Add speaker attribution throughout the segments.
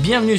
Speaker 1: Bienvenue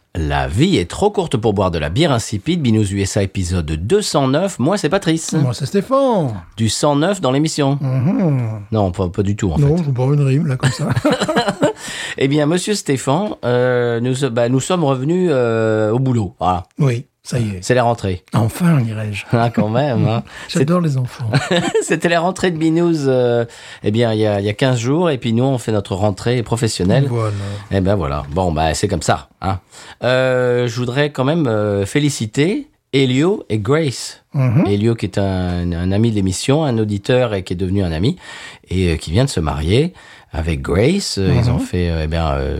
Speaker 1: La vie est trop courte pour boire de la bière insipide. Binous USA épisode 209. Moi, c'est Patrice.
Speaker 2: Moi, c'est Stéphane.
Speaker 1: Du 109 dans l'émission.
Speaker 2: Mhm.
Speaker 1: Non, pas, pas du tout en fait.
Speaker 2: Non, je vous prends une rime, là, comme ça.
Speaker 1: Eh bien, monsieur Stéphane, euh, nous, bah, nous sommes revenus euh, au boulot. Voilà.
Speaker 2: oui, ça y est.
Speaker 1: C'est la rentrée.
Speaker 2: Enfin, dirais-je.
Speaker 1: Ah, quand même. hein. C'est-
Speaker 2: J'adore les enfants.
Speaker 1: C'était la rentrée de Binous euh, eh bien, il y, a, il y a 15 jours. Et puis, nous, on fait notre rentrée professionnelle.
Speaker 2: voilà.
Speaker 1: Eh ben voilà. Bon, bah, c'est comme ça. Hein. Euh, je voudrais quand même euh, féliciter Elio et Grace.
Speaker 2: Mhm.
Speaker 1: Mmh. Elio, qui est un, un ami de l'émission, un auditeur et qui est devenu un ami, et euh, qui vient de se marier avec Grace. Euh,
Speaker 2: Mmh.
Speaker 1: Ils ont fait, euh, eh bien, euh,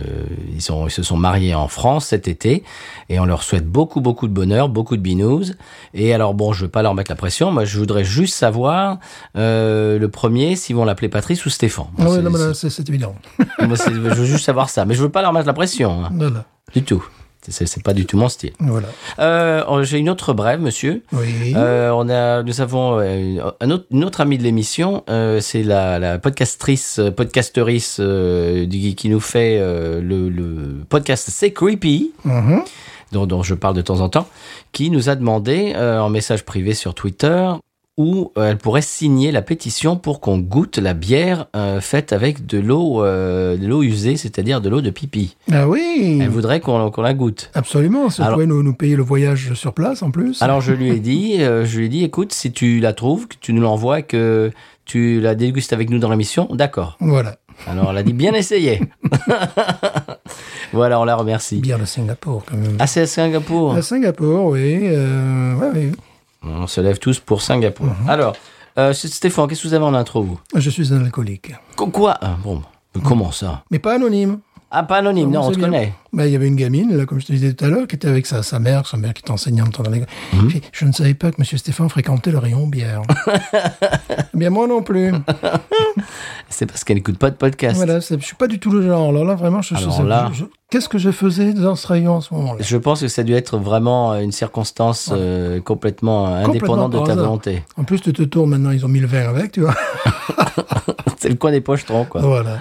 Speaker 1: ils, sont, ils se sont mariés en France cet été, et on leur souhaite beaucoup, beaucoup de bonheur, beaucoup de binous. Et alors, bon, je veux pas leur mettre la pression, moi, je voudrais juste savoir, euh, le premier, s'ils vont l'appeler Patrice ou Stéphane.
Speaker 2: Ah ouais,
Speaker 1: C'est-
Speaker 2: non, mais là, c'est c'est évident.
Speaker 1: c'est- moi, c'est- je veux juste savoir ça, mais je veux pas leur mettre la pression, hein,
Speaker 2: Voilà.
Speaker 1: du tout. C'est c'est pas du tout mon style.
Speaker 2: Voilà.
Speaker 1: Euh, J'ai une autre brève, monsieur.
Speaker 2: Oui.
Speaker 1: Euh, on a, nous avons euh, un autre, une autre amie de l'émission, euh, c'est la, la podcastrice, euh, podcasteurice euh, du- qui nous fait euh, le, le podcast C'est Creepy,
Speaker 2: Mhm.
Speaker 1: dont, dont je parle de temps en temps, qui nous a demandé euh, en message privé sur Twitter où euh, elle pourrait signer la pétition pour qu'on goûte la bière euh, faite avec de l'eau euh, de l'eau usée, c'est-à-dire de l'eau de pipi.
Speaker 2: Ah oui.
Speaker 1: Elle voudrait qu'on qu'on la goûte.
Speaker 2: Absolument. Si vous
Speaker 1: Alors-
Speaker 2: pouvez nous, nous payer le voyage sur place, en plus.
Speaker 1: Alors je lui ai dit, euh, je lui ai dit, écoute, si tu la trouves, que tu nous l'envoies, et que tu la dégustes avec nous dans l'émission, d'accord.
Speaker 2: Voilà.
Speaker 1: Alors elle a dit, bien essayé. voilà, on la remercie.
Speaker 2: Bien le Singapour, quand même.
Speaker 1: Ah, c'est à Singapour.
Speaker 2: À Singapour, oui. euh, ouais, oui.
Speaker 1: On se lève tous pour Singapour.
Speaker 2: Mm-hmm.
Speaker 1: Alors, euh, Stéphane, qu'est-ce que vous avez en intro, vous
Speaker 2: Je suis un alcoolique.
Speaker 1: Qu- Quoi Ah, Bon, comment ça
Speaker 2: Mais pas anonyme.
Speaker 1: Ah, pas anonyme, non, on
Speaker 2: c'est
Speaker 1: te
Speaker 2: bien.
Speaker 1: connaît.
Speaker 2: Bah, Il y avait une gamine, là, comme je te disais tout à l'heure, qui était avec sa, sa mère, sa mère qui était enseignante. Dans la...
Speaker 1: Mhm.
Speaker 2: J'ai dit, Je ne savais pas que M. Stéphane fréquentait le rayon bière. Eh Bien, moi non plus.
Speaker 1: C'est parce qu'elle n'écoute pas de podcast.
Speaker 2: voilà, c'est- je suis pas du tout le genre. Alors là, vraiment, je, je-
Speaker 1: Alors
Speaker 2: je-
Speaker 1: là-
Speaker 2: je- qu'est-ce que je faisais dans ce rayon en ce moment-là
Speaker 1: Je pense que ça a dû être vraiment une circonstance euh, complètement indépendante de
Speaker 2: par
Speaker 1: ta
Speaker 2: hasard.
Speaker 1: volonté.
Speaker 2: En plus, tu te tournes maintenant, ils ont mis le verre avec, tu vois.
Speaker 1: C'est le coin des pochetrons, quoi.
Speaker 2: Voilà.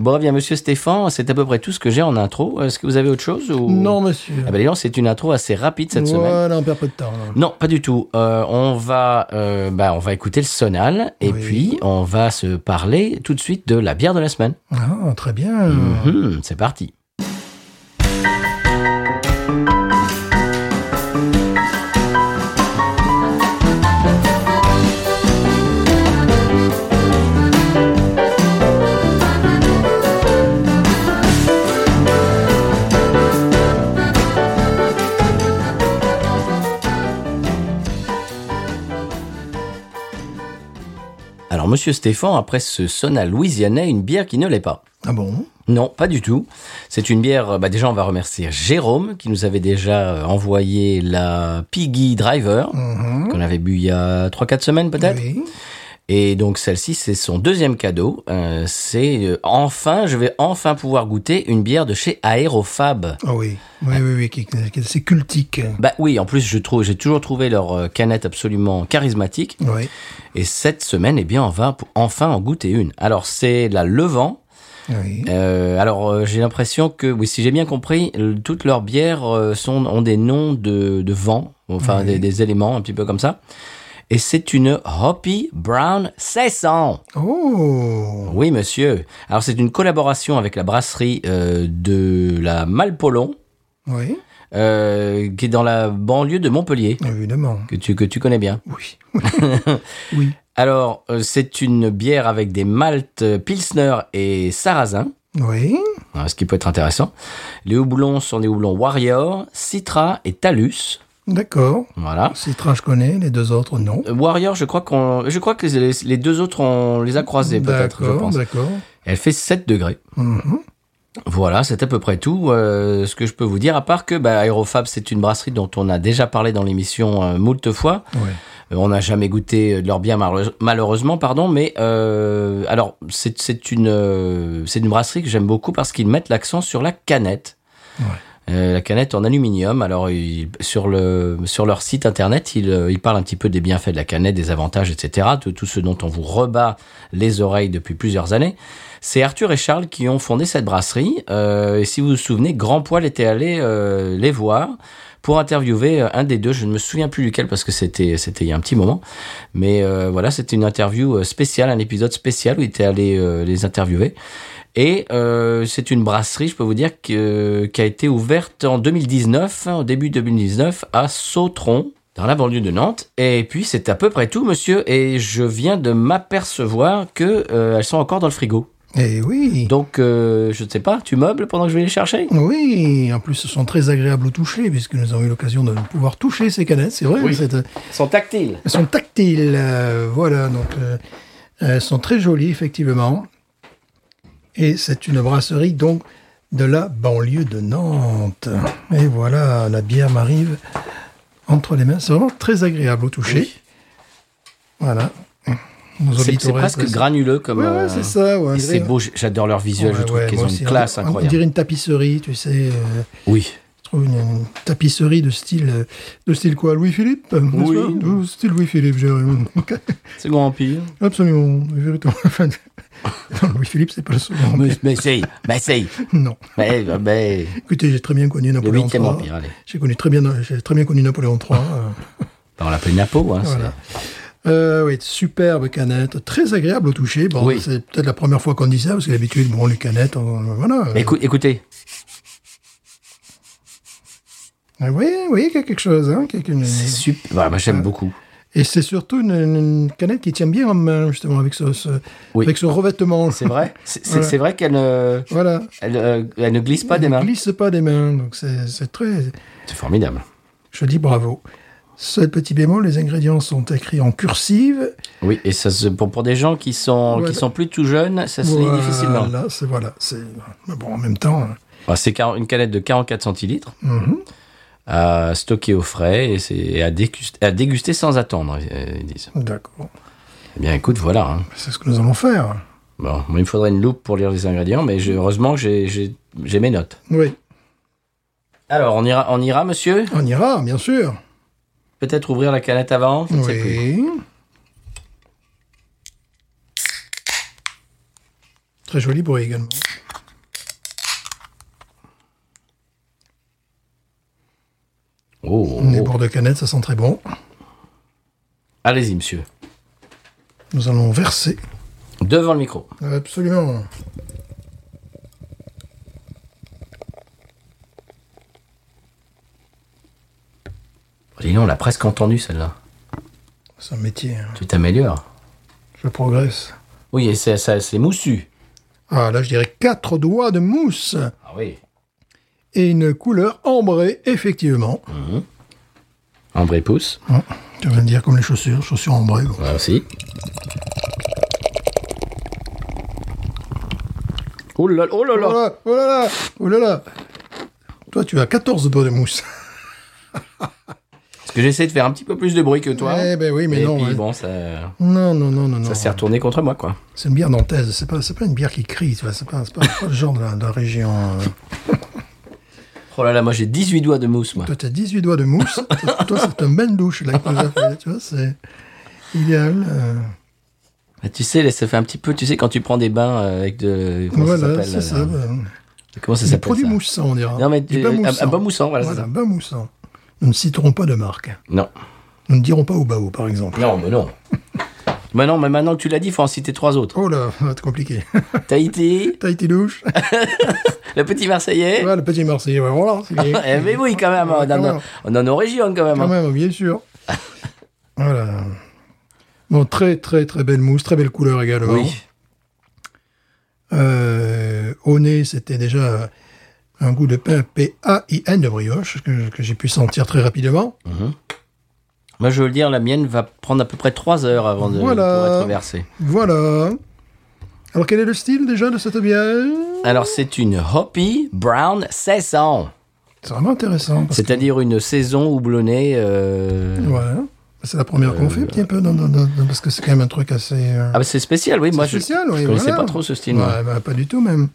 Speaker 1: Bon, eh bien, monsieur Stéphane, c'est à peu près tout ce que j'ai en intro. Est-ce que vous avez autre chose ou...
Speaker 2: Non, monsieur.
Speaker 1: Eh ben, dis donc, c'est une intro assez rapide cette semaine.
Speaker 2: voilà, on perd pas de temps. là.
Speaker 1: Non, pas du tout. Euh, on va, euh, bah, on va écouter le sonal et
Speaker 2: Oui.
Speaker 1: puis on va se parler tout de suite de la bière de la semaine.
Speaker 2: Ah, très bien.
Speaker 1: Mhm, c'est parti. Alors, monsieur Stéphane, après ce sonal louisianais, une bière qui ne l'est pas.
Speaker 2: Ah bon
Speaker 1: Non, pas du tout. C'est une bière. euh, Bah déjà, on va remercier Jérôme qui nous avait déjà euh, envoyé la Piggy Driver
Speaker 2: Mhm.
Speaker 1: qu'on avait bu il y a 3-4 semaines peut-être.
Speaker 2: Oui.
Speaker 1: Et donc celle-ci, c'est son deuxième cadeau. Euh, c'est euh, enfin, je vais enfin pouvoir goûter une bière de chez Aérofab.
Speaker 2: Ah oui, oui, oui, oui, qui- qui- c'est cultique.
Speaker 1: Bah oui, en plus je trouve, j'ai toujours trouvé leur euh, canette absolument charismatique.
Speaker 2: Oui.
Speaker 1: Et cette semaine, eh bien, on va p- enfin en goûter une. Alors c'est la Levant.
Speaker 2: oui.
Speaker 1: Euh, alors, euh, j'ai l'impression que, oui, si j'ai bien compris, le- toutes leurs bières euh, sont, ont des noms de, de vent, enfin
Speaker 2: Oui.
Speaker 1: des, des éléments un petit peu comme ça. Et c'est une Hoppy Brown 1600.
Speaker 2: Oh
Speaker 1: Oui, monsieur. Alors, c'est une collaboration avec la brasserie euh, de la Malpolon,
Speaker 2: Oui,
Speaker 1: euh, qui est dans la banlieue de Montpellier,
Speaker 2: évidemment.
Speaker 1: que tu, que tu connais bien.
Speaker 2: Oui. oui.
Speaker 1: Alors, euh, c'est une bière avec des maltes Pilsner et Sarrasin.
Speaker 2: Oui.
Speaker 1: Hein, ce qui peut être intéressant. Les houblons sont des houblons Warrior, Citra et Talus.
Speaker 2: D'accord.
Speaker 1: Voilà.
Speaker 2: Citra, je connais, les deux autres, non.
Speaker 1: Euh, Warrior, je crois qu'on, je crois que les, les deux autres, on les a croisés peut-être, je
Speaker 2: D'accord,
Speaker 1: pense.
Speaker 2: d'accord.
Speaker 1: Elle fait 7 degrés.
Speaker 2: Mhm.
Speaker 1: Voilà, c'est à peu près tout euh, ce que je peux vous dire, à part que bah, Aérofab, c'est une brasserie dont on a déjà parlé dans l'émission euh, moult fois.
Speaker 2: Ouais.
Speaker 1: Euh, on n'a jamais goûté euh, de leur bien, malheureux- malheureusement, pardon, mais euh, alors, c'est c'est une, euh, c'est une brasserie que j'aime beaucoup parce qu'ils mettent l'accent sur la canette.
Speaker 2: Ouais.
Speaker 1: Euh, la canette en aluminium. Alors ils- sur le sur leur site internet, ils, euh, ils parlent un petit peu des bienfaits de la canette, des avantages, etc. De tout ce dont on vous rebat les oreilles depuis plusieurs années. C'est Arthur et Charles qui ont fondé cette brasserie. Euh, et si vous vous souvenez, Grand Poil était allé euh, les voir pour interviewer euh, un des deux. Je ne me souviens plus duquel parce que c'était c'était il y a un petit moment. Mais euh, voilà, c'était une interview euh, spéciale, un épisode spécial où il était allé euh, les interviewer. Et euh, c'est une brasserie, je peux vous dire, que- euh, qui a été ouverte en 2019, hein, au début 2019, à Sautron, dans la banlieue de Nantes. Et puis c'est à peu près tout, monsieur. Et je viens de m'apercevoir que euh, elles sont encore dans le frigo.
Speaker 2: Eh oui.
Speaker 1: Donc euh, je ne sais pas, tu meubles pendant que je vais les chercher
Speaker 2: Oui, en plus, ce sont très agréables au toucher, puisque nous avons eu l'occasion de pouvoir toucher ces canettes, c'est vrai. c'est, euh,
Speaker 1: Elles sont tactiles.
Speaker 2: Elles sont tactiles, euh, voilà, donc euh, elles sont très jolies, effectivement. Et c'est une brasserie, donc, de la banlieue de Nantes. Et voilà, la bière m'arrive entre les mains. C'est vraiment très agréable au toucher. Voilà. Nos
Speaker 1: C'est c'est
Speaker 2: auditeurs-
Speaker 1: presque granuleux comme.
Speaker 2: Ouais, ouais,
Speaker 1: euh,
Speaker 2: c'est ça, ouais,
Speaker 1: et
Speaker 2: c'est-
Speaker 1: C'est beau, j- j'adore leur visuel, je
Speaker 2: Ouais,
Speaker 1: trouve
Speaker 2: ouais,
Speaker 1: qu'ils
Speaker 2: moi
Speaker 1: ont
Speaker 2: aussi. hein.
Speaker 1: une classe
Speaker 2: On- On
Speaker 1: incroyable.
Speaker 2: dirait une tapisserie, tu sais. euh,
Speaker 1: Oui.
Speaker 2: je trouve une, une tapisserie de style, euh, de style quoi, Louis Philippe,
Speaker 1: Oui.
Speaker 2: style Louis Philippe, je dirais.
Speaker 1: Second Empire.
Speaker 2: Absolument, véritablement. Enfin, non, Louis Philippe, c'est pas le second.
Speaker 1: Mais, mais essaye, mais essaye.
Speaker 2: Non.
Speaker 1: Mais, mais,
Speaker 2: Écoutez, j'ai très bien connu
Speaker 1: le
Speaker 2: Napoléon
Speaker 1: huitième
Speaker 2: III.
Speaker 1: Empire, allez.
Speaker 2: J'ai connu très bien, j'ai très bien connu Napoléon III. euh,
Speaker 1: On l'appelle Napo, hein.
Speaker 2: voilà. Euh, oui, superbe canette, très agréable au toucher. Bon,
Speaker 1: Oui.
Speaker 2: c'est peut-être la première fois qu'on dit ça parce que d'habitude, bon, les canettes, on- euh, voilà.
Speaker 1: c'est- Écou- écoutez,
Speaker 2: Euh, oui, oui, il y a quelque chose. Hein, quelque- une-
Speaker 1: c'est super. Voilà, moi, j'aime beaucoup.
Speaker 2: Et c'est surtout une, une canette qui tient bien en main, justement, avec ce, ce-
Speaker 1: Oui.
Speaker 2: avec ce revêtement.
Speaker 1: C'est vrai C'est c'est-
Speaker 2: Voilà.
Speaker 1: c'est vrai qu'elle ne,
Speaker 2: Voilà.
Speaker 1: elle, euh, elle ne glisse pas
Speaker 2: Elle
Speaker 1: des
Speaker 2: ne
Speaker 1: mains.
Speaker 2: glisse pas des mains, donc c'est c'est très...
Speaker 1: C'est formidable.
Speaker 2: Je dis bravo. Seul petit bémol, les ingrédients sont écrits en cursive.
Speaker 1: Oui, et ça se- pour, pour des gens qui sont,
Speaker 2: Voilà.
Speaker 1: qui sont plus tout jeunes, ça se lit difficilement.
Speaker 2: Voilà, c'est voilà, c'est mais bon en même temps. hein.
Speaker 1: Bah, c'est quar- une canette de 44 centilitres
Speaker 2: Mhm.
Speaker 1: à stocker au frais et, c'est- et à, déguster, à déguster sans attendre, euh, ils disent.
Speaker 2: D'accord.
Speaker 1: Eh bien, écoute, voilà. hein.
Speaker 2: C'est ce que nous allons faire.
Speaker 1: Bon, moi, il me faudrait une loupe pour lire les ingrédients, mais j'ai- heureusement, que j'ai- j'ai j'ai mes notes.
Speaker 2: Oui,
Speaker 1: Alors, on ira, on ira monsieur
Speaker 2: on ira, bien sûr.
Speaker 1: Peut-être ouvrir la canette avant Je ne sais plus.
Speaker 2: Oui. Très joli bruit également.
Speaker 1: Oh,
Speaker 2: Les
Speaker 1: oh.
Speaker 2: bords de canette, ça sent très bon.
Speaker 1: Allez-y, monsieur.
Speaker 2: Nous allons verser.
Speaker 1: Devant le micro.
Speaker 2: Absolument.
Speaker 1: Dis donc, on l'a presque entendu celle-là.
Speaker 2: C'est un métier. hein.
Speaker 1: Tu t'améliores.
Speaker 2: Je progresse.
Speaker 1: Oui, et c'est, ça- c'est moussu.
Speaker 2: Ah, là, je dirais quatre doigts de mousse
Speaker 1: Ah oui.
Speaker 2: et une couleur ambrée, effectivement.
Speaker 1: Ambré pousse.
Speaker 2: Hein, Tu viens de dire comme les chaussures, chaussures ambrées. bon.
Speaker 1: Voilà aussi. Oh là là, oh là,
Speaker 2: Oh
Speaker 1: là.
Speaker 2: là, oh là là, oh là là. Toi, tu as 14 doigts de mousse.
Speaker 1: Parce que j'essaie de faire un petit peu plus de bruit que toi.
Speaker 2: Eh ben oui, mais
Speaker 1: Et
Speaker 2: non,
Speaker 1: puis
Speaker 2: ouais.
Speaker 1: bon, ça,
Speaker 2: Non, non, non, non, non.
Speaker 1: ça s'est retourné contre moi, quoi.
Speaker 2: C'est une bière nantaise, c'est pas, c'est pas une bière qui crie, tu vois, c'est pas, c'est pas, pas le genre de la, de la région. euh.
Speaker 1: Oh là là, moi j'ai 18 doigts de mousse, moi.
Speaker 2: Toi, t'as 18 doigts de mousse, toi, toi, c'est un bain de douche, là, que nous avons fait, tu vois, c'est idéal. euh.
Speaker 1: Ah, tu sais, là, ça fait un petit peu, tu sais, quand tu prends des bains euh, avec de. Comment
Speaker 2: Voilà,
Speaker 1: ça
Speaker 2: c'est ça.
Speaker 1: s'appelle là, là
Speaker 2: euh,
Speaker 1: Comment ça
Speaker 2: Des
Speaker 1: s'appelle
Speaker 2: produits
Speaker 1: ça
Speaker 2: moussants, on dira.
Speaker 1: Non, mais
Speaker 2: hein. Du
Speaker 1: tu-
Speaker 2: bain
Speaker 1: un- un
Speaker 2: moussant.
Speaker 1: bain moussant, voilà, c'est
Speaker 2: Voilà,
Speaker 1: ça.
Speaker 2: un bain moussant. Nous ne citerons pas de marque.
Speaker 1: Non.
Speaker 2: Nous ne dirons pas au bao, par exemple.
Speaker 1: Non, mais non. Bah non, mais maintenant que tu l'as dit, il faut en citer trois autres.
Speaker 2: Oh là, ça va être compliqué.
Speaker 1: Tahiti,
Speaker 2: Tahiti douche.
Speaker 1: le petit Marseillais.
Speaker 2: Ouais, le petit Marseillais, ouais, voilà. c'est bien.
Speaker 1: Eh, mais oui, quand même,
Speaker 2: Ouais,
Speaker 1: on
Speaker 2: quand
Speaker 1: a,
Speaker 2: même.
Speaker 1: nos- on a nos régions quand même.
Speaker 2: Quand
Speaker 1: hein.
Speaker 2: même, bien sûr. voilà. Bon, très, très, très belle mousse, très belle couleur également.
Speaker 1: Oui.
Speaker 2: Euh, au nez, c'était déjà un goût de pain P-A-I-N de brioche que, que j'ai pu sentir très rapidement.
Speaker 1: Moi, je veux le dire, la mienne va prendre à peu près trois heures avant de
Speaker 2: Voilà.
Speaker 1: pour être versée.
Speaker 2: Voilà. Alors, quel est le style déjà de cette bière
Speaker 1: Alors, c'est une Hoppy Brown saison.
Speaker 2: C'est vraiment intéressant. parce que-
Speaker 1: C'est-à-dire une saison houblonnée. euh,
Speaker 2: Ouais. C'est la première qu'on fait, petit peu, non, non, non, non, parce que c'est quand même un truc assez. euh,
Speaker 1: Ah, bah, c'est spécial, oui. Moi, je-
Speaker 2: spécial,
Speaker 1: je
Speaker 2: oui,
Speaker 1: connaissais
Speaker 2: voilà.
Speaker 1: pas trop ce style.
Speaker 2: Ouais,
Speaker 1: moi.
Speaker 2: bah, pas du tout, même.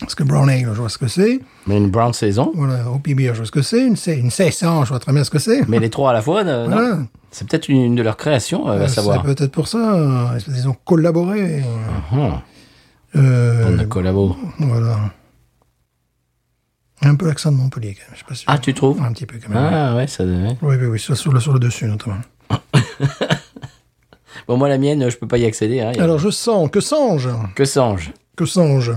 Speaker 2: Parce que Brown Ale, je vois ce que c'est.
Speaker 1: Mais une Brown saison.
Speaker 2: Voilà, OPB, je vois ce que c'est. Une, C- une 1600, je vois très bien ce que c'est.
Speaker 1: Mais les trois à la fois, euh, non.
Speaker 2: Voilà.
Speaker 1: C'est peut-être une, une de leurs créations, euh, à
Speaker 2: Euh,
Speaker 1: savoir.
Speaker 2: C'est peut-être pour ça. euh, Ils ont collaboré.
Speaker 1: Hum,
Speaker 2: euh,
Speaker 1: on a collabo.
Speaker 2: Voilà. Un peu l'accent de Montpellier, quand même. Je sais pas si
Speaker 1: Ah, tu trouves
Speaker 2: Un petit peu, quand même.
Speaker 1: Ah, ouais, ça. ouais.
Speaker 2: Oui, oui, oui, sur sur le, sur le dessus, notamment.
Speaker 1: Bon, moi, la mienne, je peux pas y accéder. hein, y a-
Speaker 2: Alors, je sens, que songe
Speaker 1: Que songe
Speaker 2: Que songe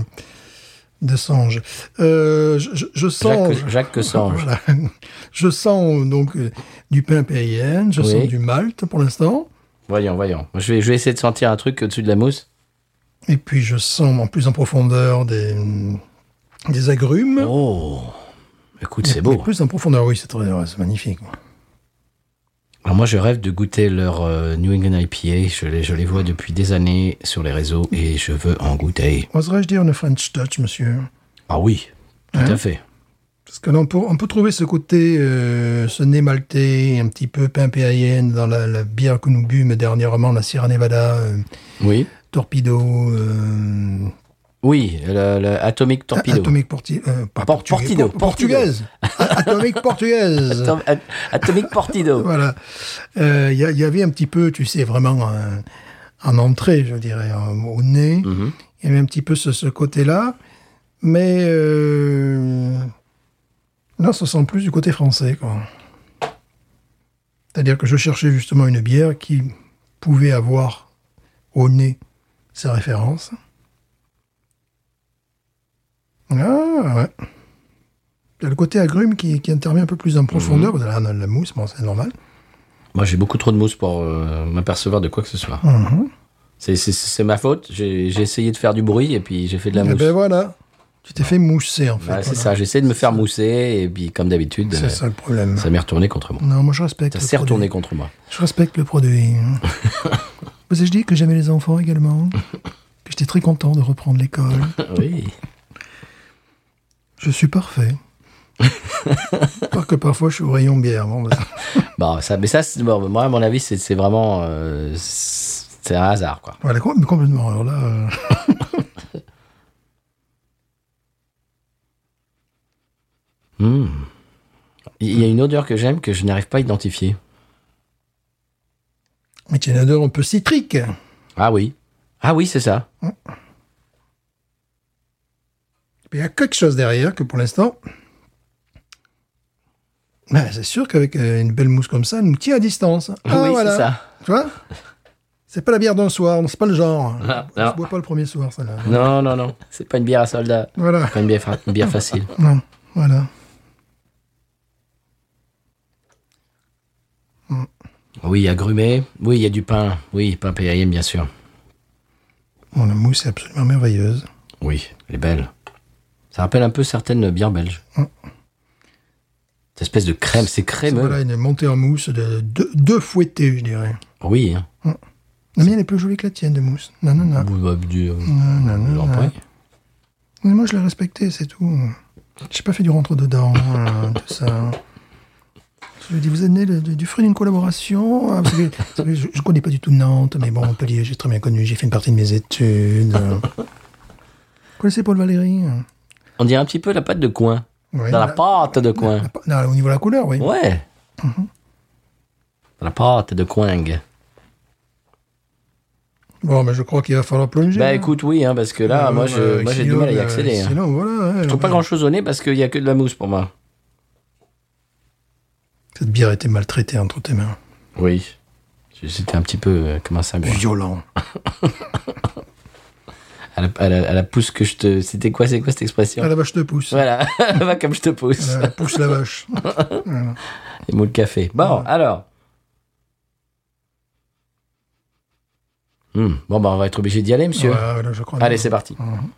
Speaker 2: Des songes. Euh, je, je- je
Speaker 1: Jacques,
Speaker 2: songe.
Speaker 1: Jacques Que songe
Speaker 2: Voilà. Je sens donc euh, du pain périen, je
Speaker 1: Oui.
Speaker 2: sens du malt pour l'instant,
Speaker 1: Voyons, voyons. Moi, Je vais, je vais essayer de sentir un truc au-dessus de la mousse.
Speaker 2: et puis je sens en plus en profondeur des, mm, des agrumes.
Speaker 1: Oh Écoute, c'est
Speaker 2: Et
Speaker 1: beau. hein.
Speaker 2: Plus en profondeur, oui, c'est très- ouais, c'est magnifique.
Speaker 1: Alors moi, je rêve de goûter leur euh, New England IPA. Je les, je les vois depuis des années sur les réseaux et je veux en goûter.
Speaker 2: Oserais-je dire une French touch, monsieur
Speaker 1: Ah oui, tout à fait.
Speaker 2: Parce que là, on peut, on peut trouver ce côté, euh, ce nez maltais, un petit peu pain périen dans la, la bière que nous bûmes dernièrement, la Sierra Nevada, euh,
Speaker 1: Oui.
Speaker 2: Torpedo, euh,
Speaker 1: Oui, le, le Atomic Torpedo.
Speaker 2: Atomic Porti- euh, pas
Speaker 1: Por-
Speaker 2: portugais,
Speaker 1: Portido,
Speaker 2: por-
Speaker 1: Portido.
Speaker 2: portugaise. A- Atomic portugaise.
Speaker 1: Atom- At- Atomic Portido.
Speaker 2: Voilà. Euh, Il y, a- il y avait un petit peu, tu sais, vraiment euh, en entrée, je dirais, euh, au nez. Il y avait un petit peu ce, ce côté-là. Mais euh, là, ça sent plus du côté français. quoi. C'est-à-dire que je cherchais justement une bière qui pouvait avoir au nez ses références. Ah ouais. Il y a le côté agrume qui, qui intervient un peu plus en profondeur. Vous allez la mousse, bon, c'est normal.
Speaker 1: Moi, j'ai beaucoup trop de mousse pour euh, m'apercevoir de quoi que ce soit.
Speaker 2: Mhm.
Speaker 1: C'est- C'est c'est ma faute. J'ai j'ai essayé de faire du bruit et puis j'ai fait de la
Speaker 2: Et
Speaker 1: mousse.
Speaker 2: ben voilà. Tu t'es fait mousser en fait.
Speaker 1: Voilà, c'est
Speaker 2: voilà.
Speaker 1: ça. J'ai essayé de me faire mousser et puis, comme d'habitude,
Speaker 2: C'est
Speaker 1: euh,
Speaker 2: ça le problème.
Speaker 1: ça m'est retourné contre moi.
Speaker 2: Non, moi je respecte.
Speaker 1: Ça
Speaker 2: le
Speaker 1: s'est
Speaker 2: produit.
Speaker 1: retourné contre moi.
Speaker 2: Je respecte le produit. hein. Vous ai-je dit que j'aimais les enfants également Que j'étais très content de reprendre l'école
Speaker 1: Oui.
Speaker 2: Je suis parfait. Parce que parfois je suis au rayon bière. Bon, bah,
Speaker 1: Bon, ça, mais ça, c'est- bon, moi, à mon avis, c'est c'est vraiment. euh, c'est un hasard, quoi.
Speaker 2: voilà, com- complètement. Alors là. euh,
Speaker 1: Il y a une odeur que j'aime que je n'arrive pas à identifier.
Speaker 2: Mais tu as une odeur un peu citrique.
Speaker 1: Ah oui. Ah oui, c'est ça.
Speaker 2: Mais Il y a quelque chose derrière que pour l'instant. Ouais, c'est sûr qu'avec euh, une belle mousse comme ça, elle nous tient à distance. Ah,
Speaker 1: oui,
Speaker 2: voilà.
Speaker 1: c'est ça.
Speaker 2: Tu vois C'est pas la bière d'un soir, c'est pas le genre.
Speaker 1: Ah,
Speaker 2: Je
Speaker 1: non.
Speaker 2: bois pas le premier soir, celle-là.
Speaker 1: Non, non, non. C'est pas une bière à soldat.
Speaker 2: Voilà.
Speaker 1: Pas une bière, fa- une bière facile.
Speaker 2: Non, voilà.
Speaker 1: Oui, agrumé. Oui, il y a du pain. Oui, pain PAM, bien sûr.
Speaker 2: Bon, la mousse est absolument merveilleuse.
Speaker 1: Oui, elle est belle. Ça rappelle un peu certaines bières belges.
Speaker 2: Mm.
Speaker 1: Cette espèce de crème, hein. c'est crémeux.
Speaker 2: Voilà, une montée en mousse de deux, deux fouettées, je dirais.
Speaker 1: Oui. hein.
Speaker 2: La mienne est plus jolie que la tienne de mousse. Non, non, non.
Speaker 1: Vous, bah, du-
Speaker 2: non,
Speaker 1: vous en
Speaker 2: non.
Speaker 1: prenez.
Speaker 2: Mais moi, je l'ai respectée, c'est tout. J'ai pas fait du rentre-dedans, hein, tout ça. Je lui ai dit, vous êtes né le- du, du fruit d'une collaboration. Ah, parce que- parce que je, je connais pas du tout Nantes, mais bon, Montpellier, j'ai très bien connu. J'ai fait une partie de mes études. Vous connaissez Paul Valéry hein
Speaker 1: On dirait un petit peu la pâte de coin.
Speaker 2: Ouais,
Speaker 1: Dans la
Speaker 2: la-
Speaker 1: pâte de coin.
Speaker 2: Ah, pas- non, au niveau de la Mm-hmm. couleur, oui.
Speaker 1: Ouais. La pâte de coing.
Speaker 2: Bon, mais je crois qu'il va falloir plonger.
Speaker 1: Bah
Speaker 2: hein.
Speaker 1: écoute, oui, hein, parce que là,
Speaker 2: Euh,
Speaker 1: moi, je-
Speaker 2: euh,
Speaker 1: moi, j'ai du
Speaker 2: sinon,
Speaker 1: mal à y
Speaker 2: euh,
Speaker 1: accéder. hein.
Speaker 2: sinon, voilà, ouais,
Speaker 1: Je trouve pas grand chose au nez parce qu'il y a que de la mousse pour moi.
Speaker 2: Cette bière a été maltraitée entre tes mains.
Speaker 1: Oui. C'était un petit peu. euh, comment ça moi
Speaker 2: Violent.
Speaker 1: à la, à la- à la pousse que je te. C'était quoi, c'est quoi cette expression
Speaker 2: Ah, la vache te pousse.
Speaker 1: Voilà, va comme je te pousse.
Speaker 2: Euh, pousse la vache.
Speaker 1: Et moule café. Bon, alors. Hmm, Bon, bah, on va être obligé d'y aller, monsieur.
Speaker 2: Voilà, voilà, je crois.
Speaker 1: Allez, c'est parti.
Speaker 2: Mhm.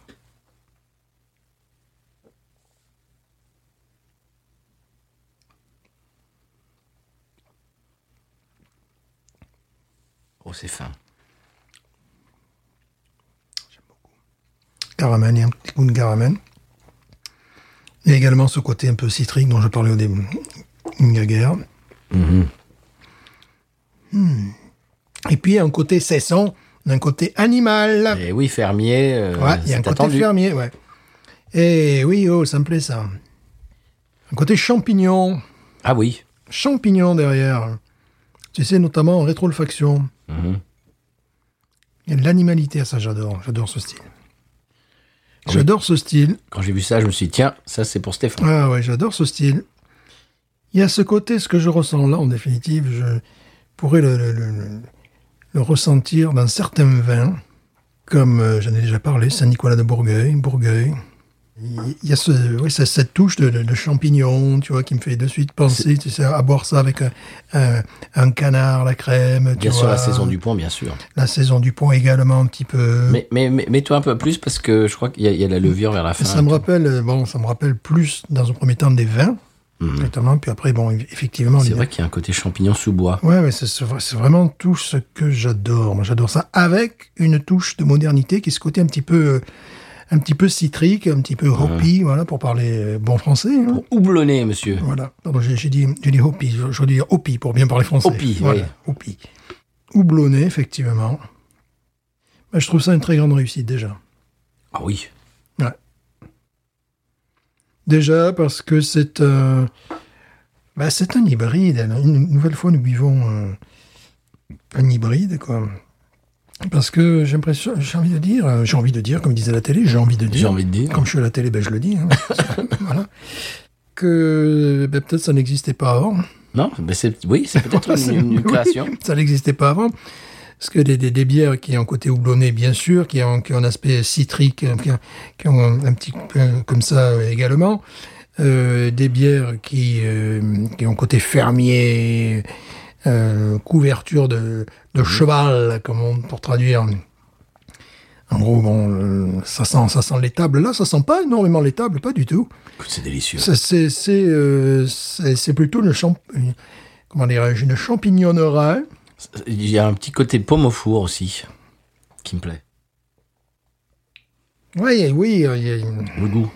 Speaker 1: Oh, c'est fin. J'aime beaucoup.
Speaker 2: Karaman, il y a un petit goût de Karaman. Il y a également ce côté un peu citrique dont je parlais au début. Une guerre.
Speaker 1: Mm-hmm.
Speaker 2: Hmm. Et puis, il y a un côté cessant, un côté animal.
Speaker 1: Et Eh oui, fermier, euh,
Speaker 2: Ouais, il y a un
Speaker 1: c'est
Speaker 2: côté
Speaker 1: attendu.
Speaker 2: fermier, ouais. Et oui, oh, ça me plaît ça. Un côté champignon,
Speaker 1: Ah oui.
Speaker 2: champignon derrière. Tu sais, notamment en rétro-olfaction.
Speaker 1: Mm-hmm.
Speaker 2: Il y a de l'animalité à ça, j'adore. J'adore ce style. J'adore ce style.
Speaker 1: Quand j'ai vu ça, je me suis dit, tiens, ça c'est pour Stéphane.
Speaker 2: Ah ouais, j'adore ce style. Il y a ce côté, ce que je ressens là, en définitive, je pourrais le, le- le- le- le ressentir dans certains vins, comme euh, j'en ai déjà parlé, Saint-Nicolas de Bourgueil, Bourgueil. Il il y a ce, oui, ça- cette touche de, de- de champignon, tu vois, qui me fait de suite penser, tu sais, à boire ça avec un, un- un canard, la crème, tu
Speaker 1: Bien sûr,
Speaker 2: vois.
Speaker 1: la saison du pont, bien sûr.
Speaker 2: La saison du pont également, un petit peu.
Speaker 1: Mais, mais, mais mets-toi un peu plus parce que je crois qu'il y, a- il y a de la levure vers la fin.
Speaker 2: Ça me rappelle, euh, bon, ça me rappelle plus dans un premier temps des vins, notamment, puis après, bon, eff- effectivement,
Speaker 1: Mhm. C'est
Speaker 2: les-
Speaker 1: vrai qu'il y a un côté champignon sous bois.
Speaker 2: Ouais, mais c'est c'est vrai- c'est vraiment tout ce que j'adore. Moi, j'adore ça avec une touche de modernité qui est ce côté un petit peu, euh, un petit peu citrique, un petit peu hoppy, voilà, pour parler euh, bon français. hein.
Speaker 1: Pour houblonner, monsieur.
Speaker 2: Voilà. Pardon, j'ai j'ai dit, j'ai dit hoppy. Je, je veux dire hoppy pour bien parler français.
Speaker 1: Hoppy,
Speaker 2: voilà,
Speaker 1: oui.
Speaker 2: hoppy. Houblonné, effectivement. Bah, je trouve ça une très grande réussite déjà.
Speaker 1: Ah oui.
Speaker 2: Ouais. Déjà parce que c'est un, bah, c'est un hybride. Alors, Une nouvelle fois, nous buvons euh, un hybride, quoi. Parce que j'ai l'impression, j'ai envie de dire, euh, j'ai envie de dire, comme disait la télé, j'ai envie de dire.
Speaker 1: J'ai envie de dire.
Speaker 2: Comme je suis à la télé, ben, je le dis. hein. voilà. Que ben, peut-être ça n'existait pas avant.
Speaker 1: Non, mais c'est, oui, c'est peut-être une, une
Speaker 2: Oui,
Speaker 1: création.
Speaker 2: Ça n'existait pas avant. Parce que des, des, des bières qui ont un côté houblonné, bien sûr, qui ont, qui ont un aspect citrique, euh, qui ont, qui ont un, un petit peu comme ça euh, également. Euh, des bières qui, euh, qui ont un côté fermier, euh, couverture de, de cheval, comme on, pour traduire. En gros, bon, euh, ça sent, ça sent l'étable. Là, ça sent pas énormément l'étable, pas du tout.
Speaker 1: Écoute, C'est délicieux.
Speaker 2: Ça, C'est c'est, euh, c'est- c'est plutôt une, champ une- comment dirais-je, une champignonnerie.
Speaker 1: Il y a un petit côté pomme au four aussi qui me plaît.
Speaker 2: Oui, oui, euh, il y a une-
Speaker 1: Le goût.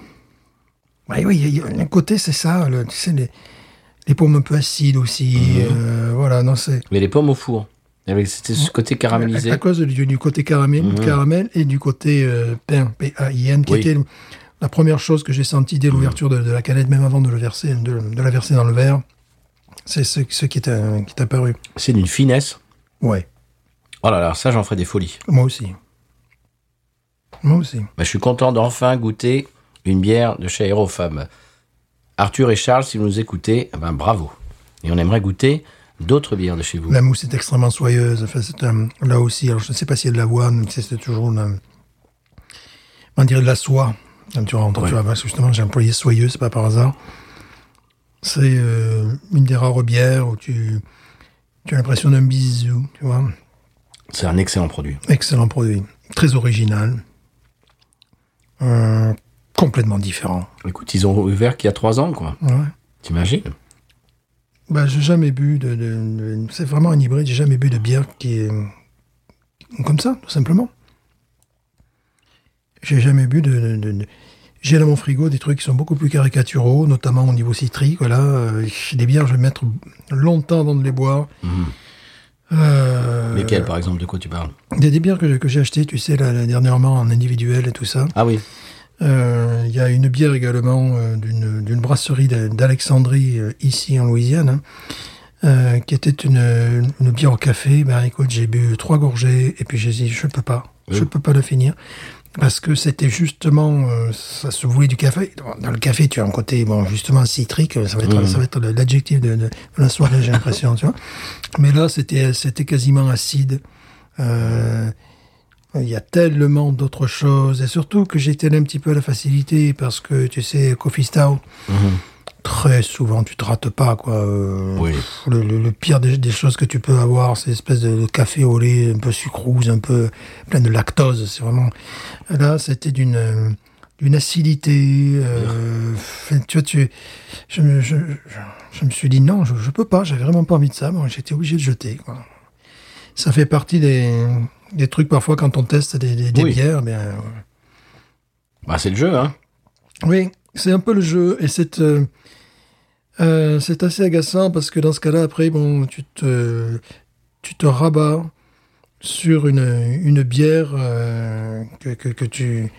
Speaker 2: ouais, oui, il y a un côté, c'est ça. le- tu sais, les, les pommes un peu acides aussi.
Speaker 1: Mhm.
Speaker 2: euh, voilà, non, c'est
Speaker 1: Mais les pommes au four. Avec c'était ce côté caramélisé. Mhm.
Speaker 2: à, à cause du, du côté caramel, caramel et du côté euh, pain, P-A-I-N, qui
Speaker 1: Oui. Mhm.
Speaker 2: était la première chose que j'ai sentie dès l'ouverture de, de la canette, même avant de, le verser, de, de la verser dans le verre. C'est ce, ce qui est, euh, qui est apparu.
Speaker 1: C'est d'une finesse.
Speaker 2: Ouais,
Speaker 1: Oh là là, ça j'en ferai des folies.
Speaker 2: moi aussi. Moi aussi.
Speaker 1: Bah, je suis content d'enfin goûter une bière de chez Aérofab. Arthur et Charles, si vous nous écoutez, eh ben, bravo. Et on aimerait goûter d'autres bières de chez vous.
Speaker 2: La mousse est extrêmement soyeuse. Enfin, c'est un- là aussi, alors, je ne sais pas s'il y a de l'avoine, c'est, c'est toujours une, on dirait de la soie. Comme tu rentres, tu vois, parce que justement, j'ai employé soyeux, c'est pas par hasard. C'est euh, une des rares bières où tu, tu as l'impression d'un bisou, tu vois.
Speaker 1: C'est un excellent produit.
Speaker 2: Excellent produit, très original, Euh, complètement différent.
Speaker 1: Écoute, ils ont ouvert qu'il y a trois ans, quoi.
Speaker 2: Ouais.
Speaker 1: T'imagines
Speaker 2: Bah, j'ai jamais bu de, de- de- c'est vraiment un hybride. J'ai jamais bu de bière qui est comme ça, tout simplement. J'ai jamais bu de, de- de- de- j'ai dans mon frigo des trucs qui sont beaucoup plus caricaturaux, notamment au niveau citrique. Voilà, Euh, des bières, je vais mettre longtemps avant de les boire. Euh,
Speaker 1: Lesquels, par exemple, de quoi tu parles
Speaker 2: des, des bières que j'ai, que j'ai achetées, tu sais, là, là, dernièrement en individuel et tout ça.
Speaker 1: Ah oui,
Speaker 2: Euh, Il y a une bière également euh, d'une d'une brasserie d'A- d'Alexandrie, euh, ici en Louisiane, hein, euh, qui était une, une bière au café. Ben écoute, j'ai bu trois gorgées et puis j'ai dit, je peux pas, je peux pas le finir. Parce que c'était justement, euh, ça se voulait du café. Dans le café, tu as un côté, bon, justement citrique. Ça va être, ça va être le- l'adjectif de, de- de la soirée, j'ai l'impression, tu vois. Mais là, c'était, c'était quasiment acide. Euh, il y a tellement d'autres choses, et surtout que j'étais allé un petit peu à la facilité, parce que, tu sais, Coffee Stout, très souvent, tu te rates pas, quoi. Euh,
Speaker 1: Oui.
Speaker 2: pff, Le, le- le pire des, des choses que tu peux avoir, c'est l'espèce de, de café au lait, un peu sucrose, un peu plein de lactose, c'est vraiment... Là, c'était d'une... euh, d'une acidité, euh, fait, tu vois, tu, je, me- je, je, je me suis dit non, je, je peux pas, j'avais vraiment pas envie de ça, bon, j'étais obligé de jeter. Quoi ça fait partie des, eh des trucs parfois quand on teste des, des, des
Speaker 1: Oui.
Speaker 2: bières. Mais, euh,
Speaker 1: Bah, c'est le jeu, hein.
Speaker 2: Oui, c'est un peu le jeu et c'est euh, euh, c'est assez agaçant parce que dans ce cas-là, après, bon, tu te tu te rabats sur une, une bière euh, que, que, que tu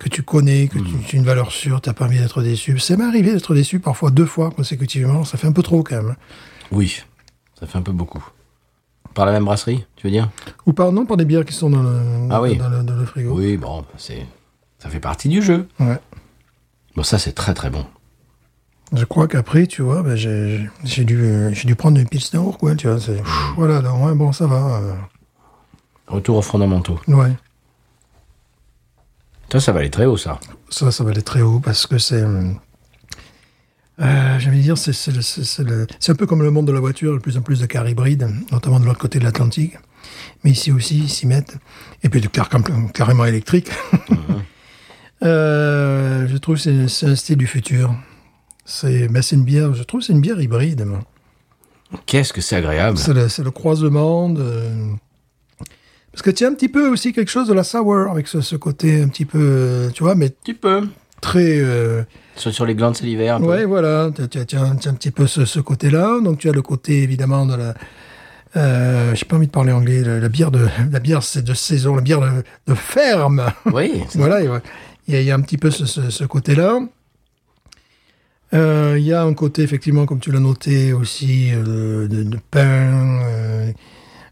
Speaker 2: que tu connais, que
Speaker 1: Hmm.
Speaker 2: tu, tu as une valeur sûre, t'as pas envie d'être déçu. C'est m'est arrivé d'être déçu parfois deux fois consécutivement, ça fait un peu trop quand même. hein.
Speaker 1: Oui, ça fait un peu beaucoup. Par la même brasserie, tu veux dire
Speaker 2: Ou par non, par des bières qui sont dans le,
Speaker 1: Ah oui.
Speaker 2: dans le, dans le frigo.
Speaker 1: Oui, bon, bah, c'est ça fait partie du jeu.
Speaker 2: Ouais.
Speaker 1: Bon, ça, c'est très très bon.
Speaker 2: Je crois qu'après, tu vois, ben, j'ai j'ai dû, euh, j'ai dû prendre une pilsner, quoi, tu vois. c'est- pff, Voilà, donc, ouais, bon, ça va. euh,
Speaker 1: Retour aux fondamentaux.
Speaker 2: ouais,
Speaker 1: Ça, ça va aller très haut, ça.
Speaker 2: ça, ça va aller très haut parce que c'est... euh, euh, J'allais dire, c'est c'est le- c'est- c'est le- c'est un peu comme le monde de la voiture, de plus en plus de cars hybrides, notamment de l'autre côté de l'Atlantique. Mais ici aussi, ils s'y mettent. Et puis de cars compl- carrément électriques. Euh, je trouve que c'est c'est un style du futur. C'est ben, c'est une bière, je trouve que c'est une bière hybride, moi.
Speaker 1: Qu'est-ce que c'est agréable.
Speaker 2: C'est le, c'est le croisement de... Parce que tu as un petit peu aussi quelque chose de la sour, avec ce, ce côté un petit peu, euh, tu vois, mais
Speaker 1: Tu peux.
Speaker 2: très... euh,
Speaker 1: Sur, sur les glandes salivaires. un peu.
Speaker 2: ouais, voilà, tu as, tu as- tu as un tu as un petit peu ce, ce côté-là. Donc tu as le côté, évidemment, de la... Euh, J'ai pas envie de parler anglais. La, la bière, de, la bière c'est de saison, la bière de, de ferme.
Speaker 1: Oui. c'est-
Speaker 2: voilà, il y a- il y, a- il y a un petit peu ce, ce- ce côté-là. Euh, Il y a un côté, effectivement, comme tu l'as noté aussi, euh, de, de pain, euh,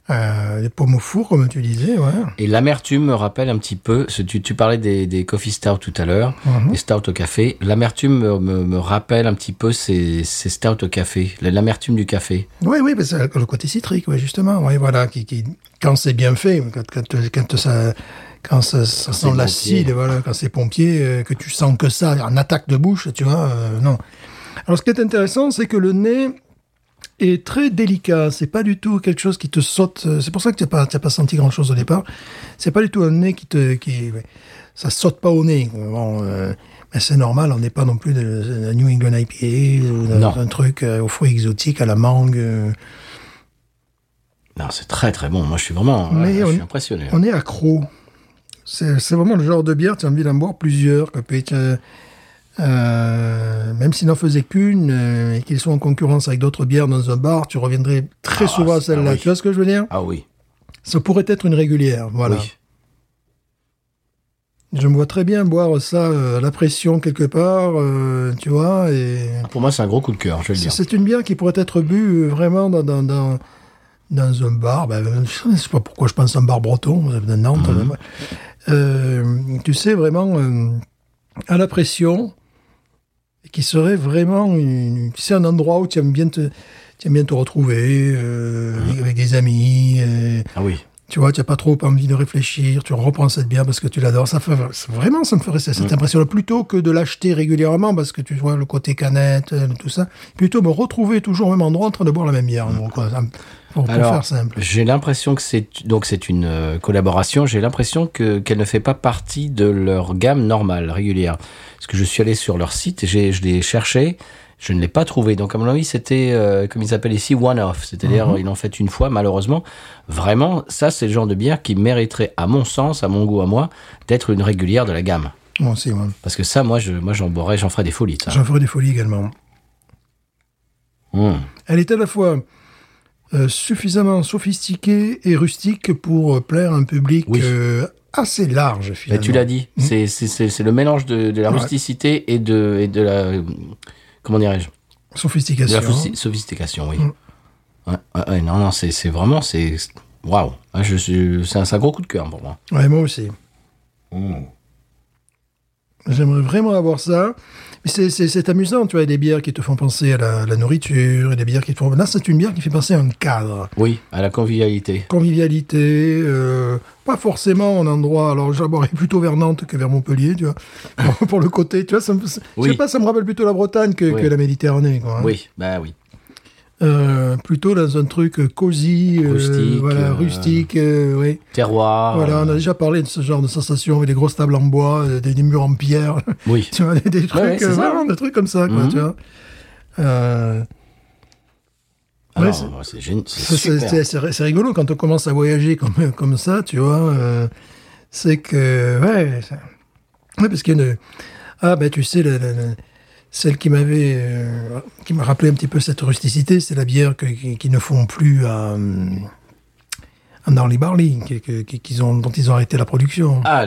Speaker 2: euh, des pommes au four, comme tu disais, ouais.
Speaker 1: Et l'amertume me rappelle un petit peu. ce- tu, tu parlais des, des coffee stouts tout à l'heure,
Speaker 2: Mhm.
Speaker 1: des stouts au café. L'amertume me, me- me rappelle un petit peu ces, ces stouts au café. L'amertume du café.
Speaker 2: Oui, oui, parce que le côté citrique, ouais, justement, ouais, voilà, qui, qui- quand c'est bien fait, quand, quand, quand ça, quand ça, ça
Speaker 1: c'est
Speaker 2: sent
Speaker 1: pompier.
Speaker 2: l'acide, voilà, quand c'est pompier, euh, que tu sens que ça, en attaque de bouche, tu vois, euh, non. Alors, ce qui est intéressant, c'est que le nez est très délicat. C'est pas du tout quelque chose qui te saute. euh, C'est pour ça que tu n'as pas, t'as pas senti grand chose au départ. C'est pas du tout un nez qui te, qui, ça saute pas au nez. Bon, euh, mais c'est normal. On n'est pas non plus de, de New England IPA ou d'un-
Speaker 1: Non.
Speaker 2: d'un truc euh, aux fruits exotiques, à la mangue. euh,
Speaker 1: Non, c'est très très bon. Moi, je suis vraiment.
Speaker 2: Mais
Speaker 1: ouais, je
Speaker 2: on-
Speaker 1: suis impressionné.
Speaker 2: On est accro. C'est c'est vraiment le genre de bière, tu as envie d'en boire plusieurs. que peut-être, euh, euh, même s'il n'en faisait qu'une euh, et qu'ils sont en concurrence avec d'autres bières dans un bar, tu reviendrais très
Speaker 1: Ah,
Speaker 2: souvent à
Speaker 1: c'est- ah
Speaker 2: celle-là.
Speaker 1: oui.
Speaker 2: Tu vois ce que je veux dire
Speaker 1: Ah oui.
Speaker 2: Ça pourrait être une régulière. Voilà.
Speaker 1: Oui.
Speaker 2: Je me vois très bien boire ça euh, à la pression quelque part, euh, tu vois. Et
Speaker 1: Ah, Pour moi, c'est un gros coup de cœur, je vais le
Speaker 2: c'est
Speaker 1: dire.
Speaker 2: c'est une bière qui pourrait être bu euh, vraiment dans, dans, dans, dans un bar. Ben, je ne sais pas pourquoi je pense à un bar breton, euh, de Nantes.
Speaker 1: Mhm.
Speaker 2: Euh, tu sais, vraiment euh, à la pression, et qui serait vraiment une- tu sais, un endroit où tu aimes bien te, tu aimes bien te retrouver euh, avec- avec des amis. euh,
Speaker 1: Ah oui.
Speaker 2: tu vois, tu n'as pas trop envie de réfléchir, tu reprends cette bière parce que tu l'adores. Ça fait, c'est- vraiment, ça me ferait cette
Speaker 1: Mm.
Speaker 2: cette impression-là. Plutôt que de l'acheter régulièrement parce que tu vois le côté canette, euh, tout ça. Plutôt me retrouver toujours au même endroit en train de boire la même bière. en gros, quoi. Ça me- Pour, pour
Speaker 1: Alors,
Speaker 2: faire simple.
Speaker 1: J'ai l'impression que c'est donc c'est une euh, collaboration. J'ai l'impression que qu'elle ne fait pas partie de leur gamme normale régulière. Parce que je suis allé sur leur site, et j'ai je l'ai cherché, je ne l'ai pas trouvé. Donc à mon avis c'était euh, comme ils appellent ici one off, c'est-à-dire
Speaker 2: Mhm.
Speaker 1: ils l'ont fait une fois malheureusement. Vraiment, ça c'est le genre de bière qui mériterait à mon sens, à mon goût, à moi, d'être une régulière de la gamme.
Speaker 2: Bon, si, ouais.
Speaker 1: Parce que ça, moi je moi j'en boirais, j'en ferais des folies. Ça.
Speaker 2: J'en ferai des folies également.
Speaker 1: Mmh.
Speaker 2: Elle est à la fois euh, suffisamment sophistiquée et rustique pour euh, plaire un public
Speaker 1: Oui.
Speaker 2: euh, assez large,
Speaker 1: Mais
Speaker 2: finalement.
Speaker 1: Bah, tu l'as dit, c'est c'est- c'est c'est le mélange de, de la
Speaker 2: Ouais.
Speaker 1: rusticité et de et de la comment dirais-je De
Speaker 2: Sophistication. Mm.
Speaker 1: la sophisti- sophistication, oui. Ouais, ouais, ouais, non, non, c'est c'est vraiment, c'est waouh. Ouais, je suis- C'est un, c'est un gros coup de cœur pour moi.
Speaker 2: Ouais, moi aussi. Mm. J'aimerais vraiment avoir ça. Mais c'est- c'est c'est amusant, tu vois, il y a des bières qui te font penser à la, à la nourriture, et des bières qui te font... Là, c'est une bière qui fait penser à un cadre.
Speaker 1: Oui, à la convivialité.
Speaker 2: Convivialité, euh, pas forcément un endroit... Alors, j'aborderais plutôt vers Nantes que vers Montpellier, tu vois, pour, pour le côté, tu vois, ça me, je
Speaker 1: Oui.
Speaker 2: sais pas, ça me rappelle plutôt la Bretagne que,
Speaker 1: Oui.
Speaker 2: que la Méditerranée, quoi. hein.
Speaker 1: Oui, bah oui.
Speaker 2: Euh, plutôt dans un truc cosy, euh,
Speaker 1: Rustique,
Speaker 2: voilà,
Speaker 1: euh,
Speaker 2: rustique, euh, oui.
Speaker 1: Terroir.
Speaker 2: Voilà, on a
Speaker 1: euh,
Speaker 2: déjà parlé de ce genre de sensation avec des grosses tables en bois, euh, des, des murs en pierre,
Speaker 1: Oui.
Speaker 2: tu vois, des, des trucs,
Speaker 1: ouais, c'est
Speaker 2: euh,
Speaker 1: ça.
Speaker 2: vraiment, des trucs comme ça, quoi,
Speaker 1: Mhm.
Speaker 2: tu vois. Euh,
Speaker 1: Ah
Speaker 2: ouais,
Speaker 1: non,
Speaker 2: c'est-
Speaker 1: ouais, c'est génial. C'est
Speaker 2: c'est-
Speaker 1: super.
Speaker 2: c'est c'est- c'est rigolo quand on commence à voyager comme, comme ça, tu vois. euh, c'est que, ouais, ça- Oui, parce qu'il y a une... Ah, ben tu sais, la- la- la- celle qui m'avait... euh, qui m'a rappelé un petit peu cette rusticité, c'est la bière que- qui, qui ne font plus à... euh, à Gnarly Barley, qui- qui- qui- qu'ils ont, dont ils ont arrêté la production.
Speaker 1: Ah,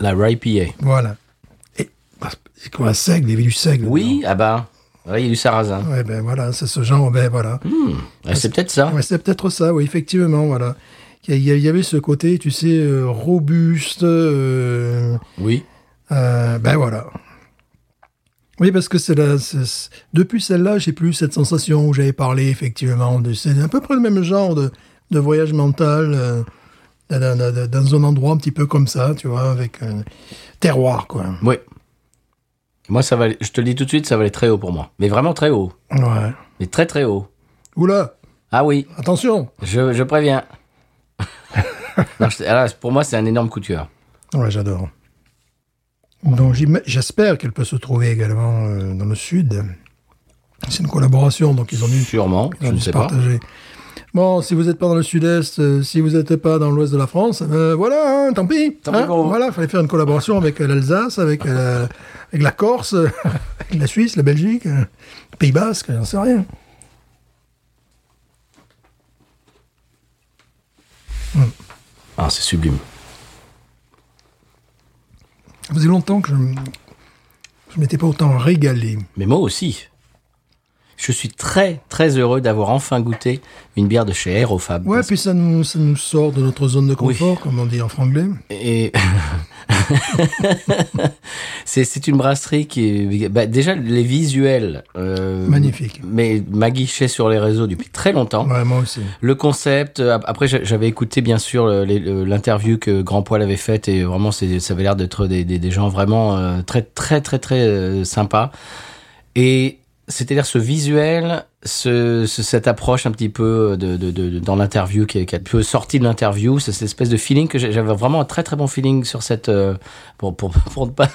Speaker 1: la RIPA.
Speaker 2: Voilà. Et bah, c'est quoi un seigle Il y avait du seigle.
Speaker 1: Oui, ah bah, ouais, il y a du sarrasin.
Speaker 2: dedans. Ouais, ben voilà, c'est ce genre, ben voilà.
Speaker 1: Ouais, c'est peut-être ça.
Speaker 2: Ouais, c'est peut-être ça, oui, effectivement, voilà. Il y, a- il y avait ce côté, tu sais, euh, robuste. euh,
Speaker 1: Oui.
Speaker 2: euh, ben voilà. Oui, parce que c'est la, c'est- c'est- depuis celle-là, j'ai plus eu cette sensation où j'avais parlé, effectivement. de- C'est à peu près le même genre de, de voyage mental euh, dans, dans- dans un endroit un petit peu comme ça, tu vois, avec un terroir, quoi.
Speaker 1: Oui. Moi, ça va, aller- je te le dis tout de suite, ça va aller très haut pour moi. Mais vraiment très haut.
Speaker 2: Ouais.
Speaker 1: Mais très très haut.
Speaker 2: Oula,
Speaker 1: Ah oui,
Speaker 2: attention
Speaker 1: je, je préviens. Non, je- alors, pour moi, c'est un énorme coup de cœur.
Speaker 2: Ouais, j'adore. Donc j'im- j'espère qu'elle peut se trouver également euh, dans le sud. C'est une collaboration, donc ils ont dû,
Speaker 1: Sûrement,
Speaker 2: ils
Speaker 1: je
Speaker 2: ont dû
Speaker 1: ne
Speaker 2: se
Speaker 1: sais pas.
Speaker 2: partager. Bon, si vous n'êtes pas dans le sud-est, euh, si vous n'êtes pas dans l'ouest de la France, euh, voilà, hein, tant pis.
Speaker 1: Tant pis
Speaker 2: hein.
Speaker 1: pour vous.
Speaker 2: voilà, il fallait faire une collaboration avec euh, l'Alsace, avec, euh, avec la Corse, avec la Suisse, la Belgique, euh, le Pays Basque, j'en sais rien.
Speaker 1: Ah, c'est sublime.
Speaker 2: Ça faisait longtemps que je ne m'étais pas autant régalé.
Speaker 1: Mais moi aussi. Je suis très très heureux d'avoir enfin goûté une bière de chez Aerofab.
Speaker 2: Ouais,
Speaker 1: Parce-
Speaker 2: puis ça nous, ça nous sort de notre zone de confort, comme on dit en franglais.
Speaker 1: Et c'est c'est une brasserie qui est... bah, déjà les visuels euh,
Speaker 2: Magnifique.
Speaker 1: Mais m'a guiché sur les réseaux depuis très longtemps.
Speaker 2: Ouais, moi aussi.
Speaker 1: Le concept. euh, ap- Après, j'a- j'avais écouté bien sûr le- les- le- l'interview que Grand Poil avait faite et vraiment, c'est- ça avait l'air d'être des, des- des gens vraiment euh, très très très très euh, sympas. Et c'est-à-dire ce visuel, ce, ce- cette approche un petit peu de, de- de- de- dans l'interview qui, est- qui est un peu sortie de l'interview, c'est cette espèce de feeling que j'ai- j'avais vraiment un très très bon feeling sur cette euh, pour pour pour ne pas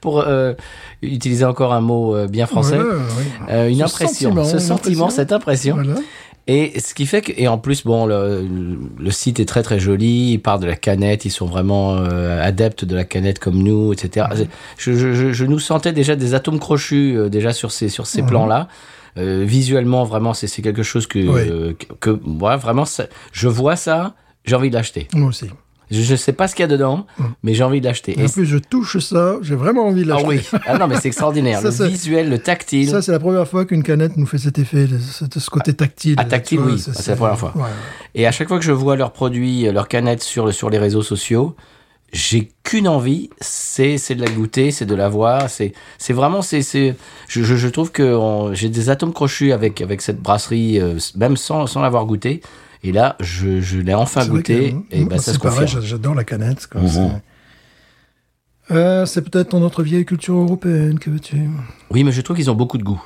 Speaker 1: pour euh, utiliser encore un mot euh, bien français.
Speaker 2: Voilà, oui.
Speaker 1: Euh, une
Speaker 2: Ce
Speaker 1: impression,
Speaker 2: sentiment,
Speaker 1: ce
Speaker 2: une
Speaker 1: sentiment,
Speaker 2: impression.
Speaker 1: cette impression.
Speaker 2: Voilà.
Speaker 1: Et ce qui fait que, et en plus, bon, le, le site est très très joli, ils parlent de la canette, ils sont vraiment euh, adeptes de la canette comme nous, etc. Je, je, je, je nous sentais déjà des atomes crochus, euh, déjà sur ces, sur ces plans-là. Euh, visuellement, vraiment, c'est c'est quelque chose que,
Speaker 2: Oui.
Speaker 1: euh, que, que, moi, vraiment, ça- je vois ça, j'ai envie de l'acheter.
Speaker 2: Moi aussi.
Speaker 1: Je, je sais pas ce qu'il y a dedans, mais j'ai envie de l'acheter.
Speaker 2: Et
Speaker 1: Et
Speaker 2: en plus, je touche ça, j'ai vraiment envie de
Speaker 1: ah
Speaker 2: l'acheter.
Speaker 1: oui, ah non, mais c'est extraordinaire.
Speaker 2: Ça,
Speaker 1: le
Speaker 2: c'est-
Speaker 1: visuel, le tactile.
Speaker 2: Ça, c'est la première fois qu'une canette nous fait cet effet, de- ce de ce côté tactile.
Speaker 1: Ah, tactile,
Speaker 2: Tu vois,
Speaker 1: oui. Ah, c'est la première fois.
Speaker 2: Ouais.
Speaker 1: Et à chaque fois que je vois leurs produits, euh, leurs canettes sur, le- sur les réseaux sociaux, j'ai qu'une envie, c'est c'est de la goûter, c'est de la voir, c'est c'est vraiment c'est c'est je, je, je trouve que on- j'ai des atomes crochus avec avec cette brasserie euh, même sans sans l'avoir goûté et là je, je l'ai enfin
Speaker 2: C'est vrai
Speaker 1: goûté
Speaker 2: que,
Speaker 1: et
Speaker 2: moi,
Speaker 1: ben ça
Speaker 2: c'est
Speaker 1: se
Speaker 2: pareil,
Speaker 1: confirme.
Speaker 2: j'a- j'adore la canette. quoi.
Speaker 1: Mhm.
Speaker 2: C'est- Euh, c'est peut-être ton autre vieille culture européenne que veux-tu
Speaker 1: Oui, mais je trouve qu'ils ont beaucoup de goût.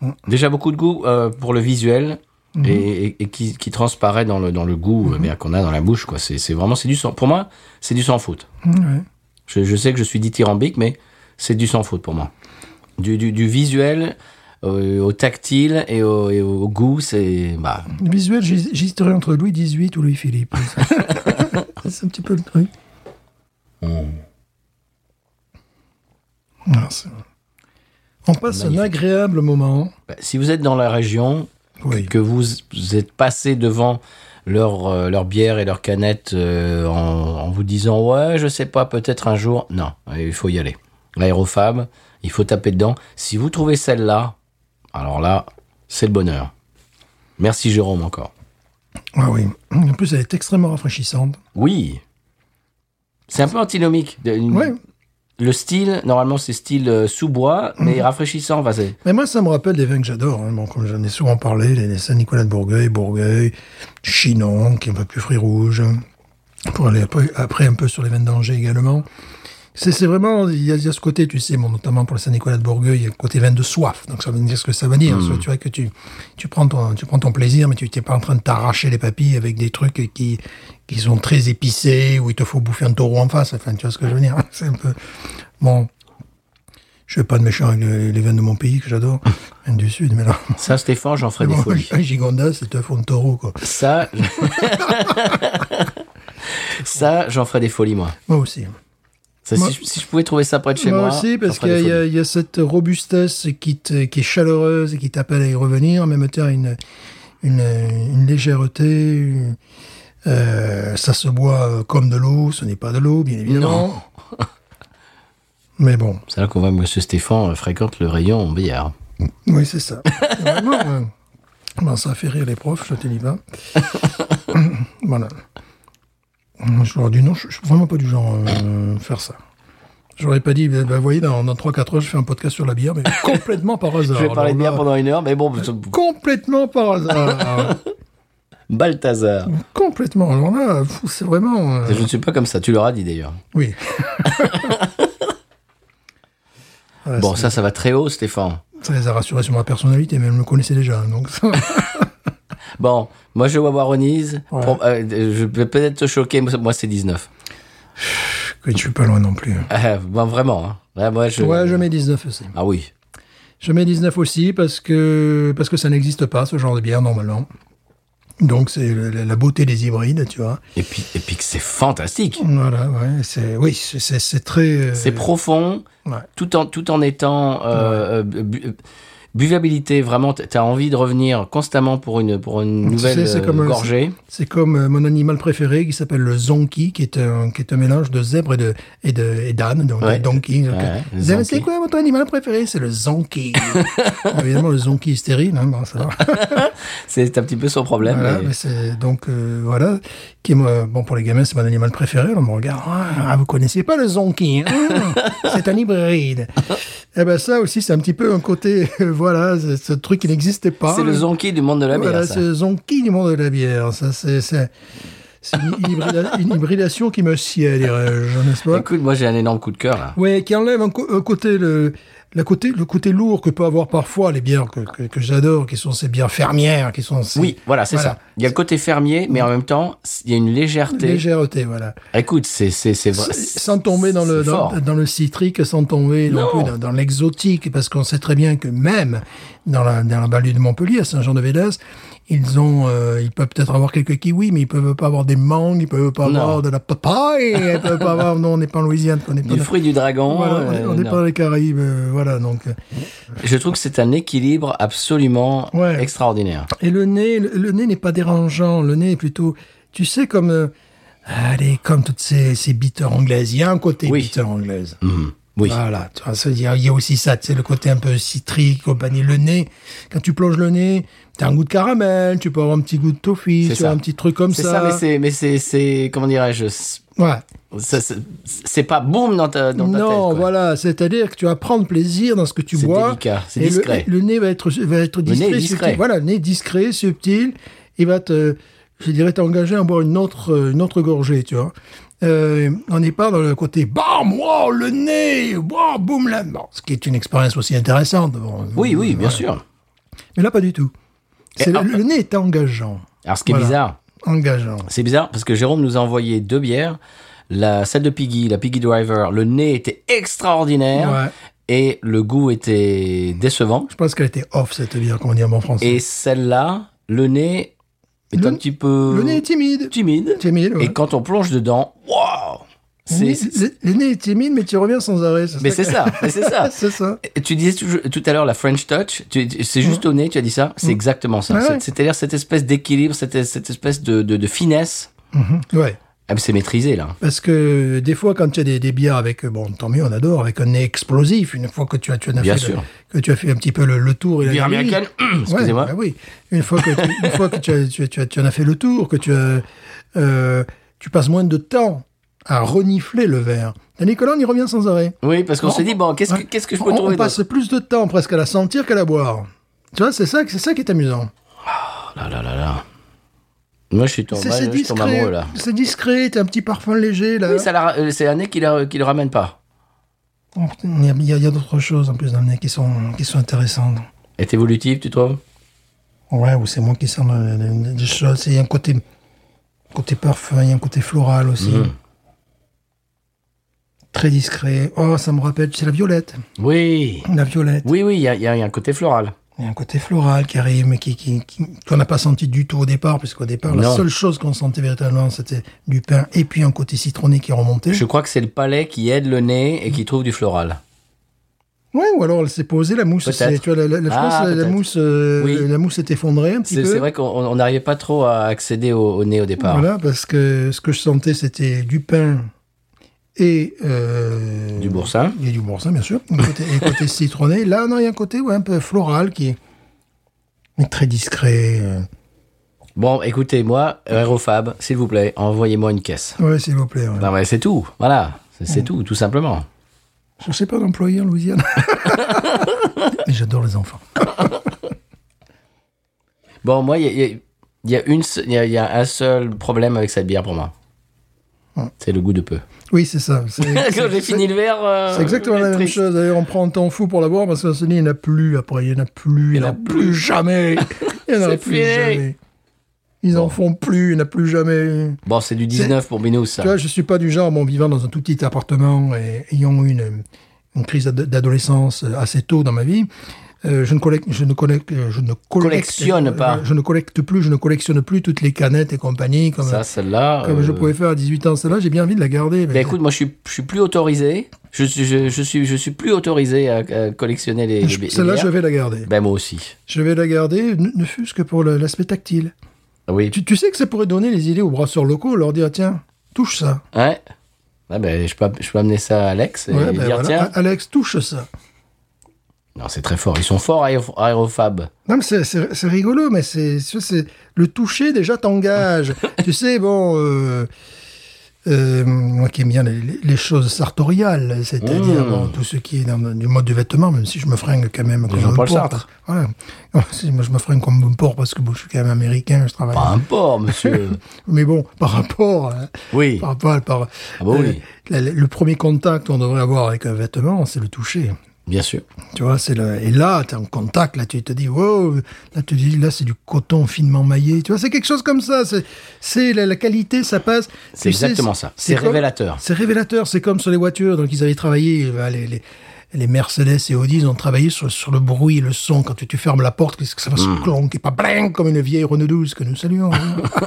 Speaker 2: Mm. Mm-hmm.
Speaker 1: Déjà beaucoup de goût euh, pour le visuel et, et- et qui, qui transparaît dans le dans le goût euh, bien qu'on a dans la bouche quoi. C'est c'est vraiment c'est du sans, pour moi, c'est du sans faute.
Speaker 2: Mhm, ouais.
Speaker 1: Je, je sais que je suis dithyrambique, mais c'est du sans faute pour moi. Du, du, du visuel euh, au tactile et au, et au goût, c'est. Bah,
Speaker 2: Le Visuel, j'hés- j'hésiterais entre Louis XVIII ou Louis Philippe. c'est un petit peu le truc. Non, Ah, c'est- On passe
Speaker 1: Magnifique.
Speaker 2: un agréable moment.
Speaker 1: bah, si vous êtes dans la région,
Speaker 2: Oui.
Speaker 1: que vous, vous êtes passé devant leur, euh, leur bière et leur canette euh, en, en vous disant Ouais, je sais pas, peut-être un jour. Non, il faut y aller. L'aérofab, il faut taper dedans. Si vous trouvez celle-là, alors là, c'est le bonheur. Merci Jérôme encore.
Speaker 2: Ah oui. En plus, elle est extrêmement rafraîchissante.
Speaker 1: Oui. C'est un peu antinomique. De- une-
Speaker 2: Ouais.
Speaker 1: Le style, normalement, c'est style euh, sous-bois,
Speaker 2: Mhm.
Speaker 1: mais rafraîchissant. Enfin, c'est-
Speaker 2: Mais moi, ça me rappelle des vins que j'adore. hein. Bon, comme j'en ai souvent parlé, les, les Saint-Nicolas de Bourgueil, Bourgueil, Chinon, qui est un peu plus fruits rouges. Pour aller après, après un peu sur les vins d'Angers également. C'est c'est vraiment, il y, a, il y a ce côté, tu sais, bon, notamment pour le Saint-Nicolas de Bourgueil, il y a le côté vin de soif. Donc ça veut dire ce que ça veut dire. Tu vois que tu, tu, prends ton, tu prends ton plaisir, mais tu t'es pas en train de t'arracher les papilles avec des trucs qui, qui sont très épicés, où il te faut bouffer un taureau en face. Enfin, tu vois ce que je veux dire. hein. C'est un peu. Bon. Je fais pas de méchant avec le- les vins de mon pays que j'adore, même du Sud, mais là.
Speaker 1: Saint-Stéphane, j'en ferai des
Speaker 2: Bon,
Speaker 1: folies.
Speaker 2: un Gigonda, c'est un fond de taureau, quoi.
Speaker 1: Ça, je- ça, j'en ferai des folies, moi.
Speaker 2: Moi aussi.
Speaker 1: Ça,
Speaker 2: Moi-
Speaker 1: si, je, si je pouvais trouver ça près de chez moi.
Speaker 2: Moi aussi,
Speaker 1: ça
Speaker 2: parce
Speaker 1: ferait
Speaker 2: qu'il
Speaker 1: des
Speaker 2: y, a-
Speaker 1: folies.
Speaker 2: il y a cette robustesse qui, te- qui est chaleureuse et qui t'appelle à y revenir, en même temps une, une, une légèreté. une- euh, ça se boit euh, comme de l'eau, ce n'est pas de l'eau, bien évidemment. Mais bon,
Speaker 1: C'est là qu'on voit Monsieur Stéphane euh, fréquente le rayon billard.
Speaker 2: oui, c'est ça. Vraiment, euh, ben, ça fait rire les profs, je te dis pas. voilà. Je leur dis non, je je suis vraiment pas du genre euh, faire ça. J'aurais pas dit, bah, bah, voyez, dans, dans 3-4 heures, je fais un podcast sur la bière, mais complètement par hasard.
Speaker 1: Je vais parler de
Speaker 2: Alors là,
Speaker 1: bière pendant une heure, mais bon,
Speaker 2: Complètement par hasard.
Speaker 1: Balthazar.
Speaker 2: Complètement. Alors là, fou, c'est vraiment. euh,
Speaker 1: Je ne suis pas comme ça, tu l'auras dit d'ailleurs.
Speaker 2: Oui. Voilà,
Speaker 1: Bon,
Speaker 2: ça,
Speaker 1: ça, ça va très haut, Stéphane.
Speaker 2: ça les a rassurés sur ma personnalité, mais elle me connaissait déjà. hein, Donc ça-
Speaker 1: Bon, moi, je vois Waronise.
Speaker 2: Ouais.
Speaker 1: Pro- euh, je vais peut-être te choquer, moi, c'est 19.
Speaker 2: que je suis pas loin non plus.
Speaker 1: Euh, bon, vraiment. hein. Là, moi, je...
Speaker 2: Ouais, je mets 19 aussi.
Speaker 1: Ah oui.
Speaker 2: Je mets 19 aussi parce que, parce que ça n'existe pas, ce genre de bière, normalement. Donc c'est la la beauté des hybrides, tu vois.
Speaker 1: Et puis, et puis que c'est fantastique.
Speaker 2: Voilà, ouais. c'est- Oui, c'est- c'est c'est très. euh,
Speaker 1: C'est profond,
Speaker 2: ouais.
Speaker 1: tout en, tout en étant euh, euh, bu- euh, buvabilité. Vraiment, t- t'as envie de revenir constamment pour une, pour une
Speaker 2: Tu sais,
Speaker 1: nouvelle
Speaker 2: c'est
Speaker 1: euh,
Speaker 2: comme un-
Speaker 1: gorgée.
Speaker 2: C'est comme euh, mon animal préféré qui s'appelle le zonki, qui est un, qui est un mélange de zèbre et de et de et d'âne, donc
Speaker 1: Ouais.
Speaker 2: de donkey. Donc,
Speaker 1: Ouais, le
Speaker 2: vous savez,
Speaker 1: zonki.
Speaker 2: c'est quoi votre animal préféré C'est le zonki. Évidemment, le zonki est stérile, hein, bon, ça va.
Speaker 1: C'est un petit peu son problème.
Speaker 2: Voilà,
Speaker 1: Ben, mais-
Speaker 2: mais c'est donc euh, voilà. Qui est, moi, bon pour les gamins, c'est mon animal préféré. Alors, on me regarde. Ah, vous connaissez pas le zonki hein C'est un hybride. Eh ben ça aussi, c'est un petit peu un côté. euh, voilà, c'est- ce truc qui n'existait pas.
Speaker 1: C'est le zonki du monde de la bière.
Speaker 2: Voilà,
Speaker 1: ça.
Speaker 2: c'est Zonki du monde de la bière. Ça, c'est, c'est, c'est une, une hybrida- une hybridation qui me sied, dirais-je, n'est-ce pas
Speaker 1: Écoute, moi j'ai un énorme coup de cœur là.
Speaker 2: Oui, qui enlève un, co- un côté le, la côté le côté lourd que peut avoir parfois les bières que, que, que j'adore, qui sont ces bières fermières, qui sont ces
Speaker 1: Oui, voilà, c'est
Speaker 2: Voilà.
Speaker 1: ça. Il y a le côté fermier, mais en même temps, il y a une légèreté.
Speaker 2: légèreté, voilà.
Speaker 1: Écoute, c'est c'est c'est vrai.
Speaker 2: S- Sans tomber dans le
Speaker 1: C'est
Speaker 2: dans,
Speaker 1: fort.
Speaker 2: dans le citrique, sans tomber non,
Speaker 1: Non.
Speaker 2: plus dans, dans l'exotique, parce qu'on sait très bien que même dans la dans la banlieue de Montpellier, à Saint-Jean-de-Védas, ils ont euh, ils peuvent peut-être avoir quelques kiwis, mais ils peuvent pas avoir des mangues, ils peuvent pas
Speaker 1: Non.
Speaker 2: avoir de la papaye, ils peuvent pas avoir non, on n'est pas en Louisiane, on n'est pas
Speaker 1: Du
Speaker 2: dans-
Speaker 1: fruit du dragon.
Speaker 2: voilà, on est-
Speaker 1: euh,
Speaker 2: on n'est
Speaker 1: non.
Speaker 2: pas dans les Caraïbes, euh, voilà donc. euh,
Speaker 1: Je trouve que c'est un équilibre absolument
Speaker 2: Ouais.
Speaker 1: extraordinaire.
Speaker 2: Et le nez, le, le nez n'est pas dérangeant. Le nez est plutôt, tu sais, comme, euh, allez, comme toutes ces, ces bitters anglaises. Il y a un côté
Speaker 1: Oui.
Speaker 2: bitter anglaise.
Speaker 1: Mhm. Oui.
Speaker 2: Voilà. tu vois, ça, Il y, a- il y a aussi ça, tu sais, le côté un peu citrique, compagnie. Le nez, quand tu plonges le nez, t'as un goût de caramel, tu peux avoir un petit goût de toffee,
Speaker 1: C'est
Speaker 2: tu vois,
Speaker 1: ça.
Speaker 2: un petit truc comme
Speaker 1: C'est
Speaker 2: ça.
Speaker 1: ça, mais c'est mais c'est c'est comment dirais-je c'est-
Speaker 2: Ouais.
Speaker 1: ça- c'est- C'est pas boum dans ta dans ta tête.
Speaker 2: non,
Speaker 1: quoi.
Speaker 2: voilà, c'est-à-dire que tu vas prendre plaisir dans ce que tu
Speaker 1: C'est
Speaker 2: bois.
Speaker 1: délicat, c'est
Speaker 2: Et le-
Speaker 1: discret.
Speaker 2: Le, nez va être, va être
Speaker 1: nez est
Speaker 2: discret,
Speaker 1: discret.
Speaker 2: subtil. Voilà, le nez discret, subtil. Il va te, je dirais, t'engager à boire une autre, euh, une autre gorgée, tu vois. Euh, on n'est pas dans le côté bam, wow, le nez, wow, boum, là. Bon, ce qui est une expérience aussi intéressante. Bon,
Speaker 1: Oui, oui, bien
Speaker 2: voilà.
Speaker 1: sûr.
Speaker 2: Mais là, pas du tout. C'est
Speaker 1: Et
Speaker 2: le,
Speaker 1: en-
Speaker 2: le nez est engageant.
Speaker 1: Alors ce qui est
Speaker 2: Voilà.
Speaker 1: bizarre,
Speaker 2: Engageant.
Speaker 1: c'est bizarre parce que Jérôme nous a envoyé deux bières. La celle de Piggy, la Piggy Driver, le nez était extraordinaire
Speaker 2: Ouais.
Speaker 1: et le goût était décevant.
Speaker 2: Je pense qu'elle était off, cette bière, comme on dit en bon français.
Speaker 1: Et celle-là, le nez est
Speaker 2: Le-
Speaker 1: un petit peu
Speaker 2: le nez est timide.
Speaker 1: timide.
Speaker 2: Timide, ouais.
Speaker 1: euh, Et quand on plonge dedans, waouh
Speaker 2: Le
Speaker 1: C'est-
Speaker 2: nez-
Speaker 1: c'est-
Speaker 2: le, le nez est timide, mais tu reviens sans arrêt.
Speaker 1: Mais c'est
Speaker 2: ça que-
Speaker 1: ça, mais c'est ça.
Speaker 2: c'est ça.
Speaker 1: Et Tu disais toujours- tout à l'heure la French Touch, tu- tu- c'est juste au nez, tu as dit ça, c'est exactement ça.
Speaker 2: Ouais,
Speaker 1: C'est-
Speaker 2: ouais.
Speaker 1: C'est-à-dire cette espèce d'équilibre, cette, cette espèce de, de- de finesse,
Speaker 2: Mhm. Ouais.
Speaker 1: Ah, mais c'est maîtrisé là.
Speaker 2: Parce que des fois, quand tu as des, des bières avec, bon, tant mieux, on adore, avec un nez explosif, une fois que tu as, tu en as
Speaker 1: Bien
Speaker 2: fait, le-
Speaker 1: sûr.
Speaker 2: que tu as fait un petit peu le, le tour et la
Speaker 1: Bière
Speaker 2: grille.
Speaker 1: américaine,
Speaker 2: Ouais,
Speaker 1: excusez-moi.
Speaker 2: bah oui. Une fois que, tu, une fois que tu, as, tu, as- tu as- tu en as fait le tour, que tu as, euh, tu passes moins de temps à renifler le verre. Tandis que là, on y revient sans arrêt.
Speaker 1: Oui, parce qu'on
Speaker 2: Bon,
Speaker 1: se dit, bon, qu'est-ce que,
Speaker 2: Ouais.
Speaker 1: qu'est-ce que je
Speaker 2: On-
Speaker 1: peux
Speaker 2: on,
Speaker 1: trouver
Speaker 2: passe
Speaker 1: d'autre
Speaker 2: plus de temps presque à la sentir qu'à la boire. Tu vois, c'est ça, que- c'est ça qui est amusant.
Speaker 1: Oh là là là là. Moi je suis tombé,
Speaker 2: C'est c'est
Speaker 1: bah, je suis tombé
Speaker 2: discret.
Speaker 1: amoureux là.
Speaker 2: C'est discret, t'as un petit parfum léger là.
Speaker 1: Oui, ça la- euh, c'est un nez qui ne le ramène pas.
Speaker 2: Oh, Il y a, il y a- il y a d'autres choses en plus dans le nez qui sont, qui sont intéressantes.
Speaker 1: Est évolutif, tu trouves
Speaker 2: Ouais, ou c'est moi qui sens le- le- des choses. Il y a un côté, côté parfum, il y a un côté floral aussi.
Speaker 1: Mhm.
Speaker 2: Très discret. Oh, ça me rappelle, c'est la violette.
Speaker 1: Oui.
Speaker 2: La violette.
Speaker 1: Oui, oui, il y, a- il y a un côté floral.
Speaker 2: Il y a un côté floral qui arrive, mais qui, qui, qui- qu'on n'a pas senti du tout au départ, puisqu'au départ, la
Speaker 1: Non.
Speaker 2: seule chose qu'on sentait véritablement, c'était du pain et puis un côté citronné qui remontait.
Speaker 1: Je crois que c'est le palais qui aide le nez et qui trouve du floral.
Speaker 2: Ouais, ou alors elle s'est posée, la mousse,
Speaker 1: Peut-être.
Speaker 2: c'est- tu vois, la, la- la- je
Speaker 1: Ah,
Speaker 2: pense que la, la
Speaker 1: peut-être.
Speaker 2: mousse, euh,
Speaker 1: Oui.
Speaker 2: la mousse s'est effondrée un petit
Speaker 1: C'est
Speaker 2: peu.
Speaker 1: c'est vrai qu'on on n'arrivait pas trop à accéder au, au nez au départ.
Speaker 2: Voilà, parce que ce que je sentais, c'était du pain et euh,
Speaker 1: Du boursin.
Speaker 2: Il y a du boursin, bien sûr. Un côté, et côté citronné. Là, non, il y a un côté ouais, un peu floral qui est mais très discret. euh.
Speaker 1: Bon, écoutez-moi, Aérofab, s'il vous plaît, envoyez-moi une caisse.
Speaker 2: Ouais, s'il vous plaît. ouais.
Speaker 1: Non, mais c'est tout. Voilà. C'est c'est tout, tout simplement.
Speaker 2: Je sais pas d'employé en Louisiane. Mais J'adore les enfants.
Speaker 1: Bon, moi, il y a, il y a une se- il y a- il y a un seul problème avec cette bière pour moi. C'est le goût de peu.
Speaker 2: Oui, c'est ça. Ah. C'est
Speaker 1: Quand j'ai
Speaker 2: c'est-
Speaker 1: fini le verre. euh,
Speaker 2: c'est exactement
Speaker 1: je vais
Speaker 2: la
Speaker 1: être
Speaker 2: même
Speaker 1: triste.
Speaker 2: chose. D'ailleurs, on prend un temps fou pour la boire parce qu'on se dit, il n'y en a plus après, il n'y en a plus, il n'y en a plus jamais. Il n'y en a
Speaker 1: C'est
Speaker 2: plus
Speaker 1: fini.
Speaker 2: jamais. Ils en font plus, il n'y en a plus jamais.
Speaker 1: Bon, c'est du 19 pour Binous, ça.
Speaker 2: Tu vois, je suis pas du genre, bon, vivant dans un tout petit appartement et ayant eu une, une crise d'ad- d'adolescence euh, assez tôt dans ma vie, euh, je ne collecte, je ne collecte, euh, je ne collecte-
Speaker 1: Collectionne
Speaker 2: euh,
Speaker 1: pas.
Speaker 2: Je ne collecte plus, je ne collectionne plus toutes les canettes et compagnie comme,
Speaker 1: Ça, celle-là.
Speaker 2: comme
Speaker 1: euh,
Speaker 2: je pouvais faire à 18 ans. Celle-là, j'ai bien envie de la garder. mais-
Speaker 1: Ben écoute, moi je suis, je suis plus autorisé. Je suis, je, je suis, je suis plus autorisé à, à collectionner les, les
Speaker 2: je-
Speaker 1: bi- les
Speaker 2: celle-là, je
Speaker 1: bières.
Speaker 2: vais la garder.
Speaker 1: Ben moi aussi.
Speaker 2: Je vais la garder, ne, ne fût-ce que pour le- l'aspect tactile.
Speaker 1: Ah Oui.
Speaker 2: Tu, tu sais que ça pourrait donner les idées aux brasseurs locaux, leur dire tiens, touche ça.
Speaker 1: Hein ah ben, je, peux, je peux amener ça à Alex et
Speaker 2: Ouais,
Speaker 1: lui
Speaker 2: ben
Speaker 1: dire
Speaker 2: voilà.
Speaker 1: tiens.
Speaker 2: A- Alex, touche ça.
Speaker 1: Non, c'est très fort. Ils sont forts aéro- aérofabes.
Speaker 2: Non, mais c'est- c'est c'est rigolo, mais c'est tu sais, c'est- le toucher déjà t'engage. tu sais, bon, euh, euh, moi qui aime bien les, les- les choses sartoriales, c'est-à-dire
Speaker 1: Mmh.
Speaker 2: bon, tout ce qui est dans du mode du vêtement, même si je me fringue quand même comme un
Speaker 1: Jean-Paul
Speaker 2: porc.
Speaker 1: Sartre.
Speaker 2: Voilà. Non, si, moi, je me fringue comme un porc parce que bon, je suis quand même américain, je travaille.
Speaker 1: Pas un porc, monsieur.
Speaker 2: Mais bon, par rapport, à-
Speaker 1: Oui.
Speaker 2: par rapport, à- par, euh,
Speaker 1: Ah bon, oui.
Speaker 2: la- la- le premier contact qu'on devrait avoir avec un vêtement, c'est le toucher.
Speaker 1: Bien sûr.
Speaker 2: Tu vois, c'est le... Et là, t'es en contact, là, tu te dis, wow, là, tu te dis, là, c'est du coton finement maillé. Tu vois, c'est quelque chose comme ça. C'est, c'est la, la qualité, ça passe.
Speaker 1: C'est
Speaker 2: Tu sais,
Speaker 1: exactement ça. C'est
Speaker 2: comme-
Speaker 1: révélateur.
Speaker 2: C'est révélateur. C'est comme sur les voitures. Donc, ils avaient travaillé, euh, les, les, les Mercedes et Audi, ils ont travaillé sur, sur le bruit et le son. Quand tu, tu fermes la porte, qu'est-ce que ça va
Speaker 1: Hmm.
Speaker 2: se clonk et pas bling comme une vieille Renault 12 que nous saluons. hein,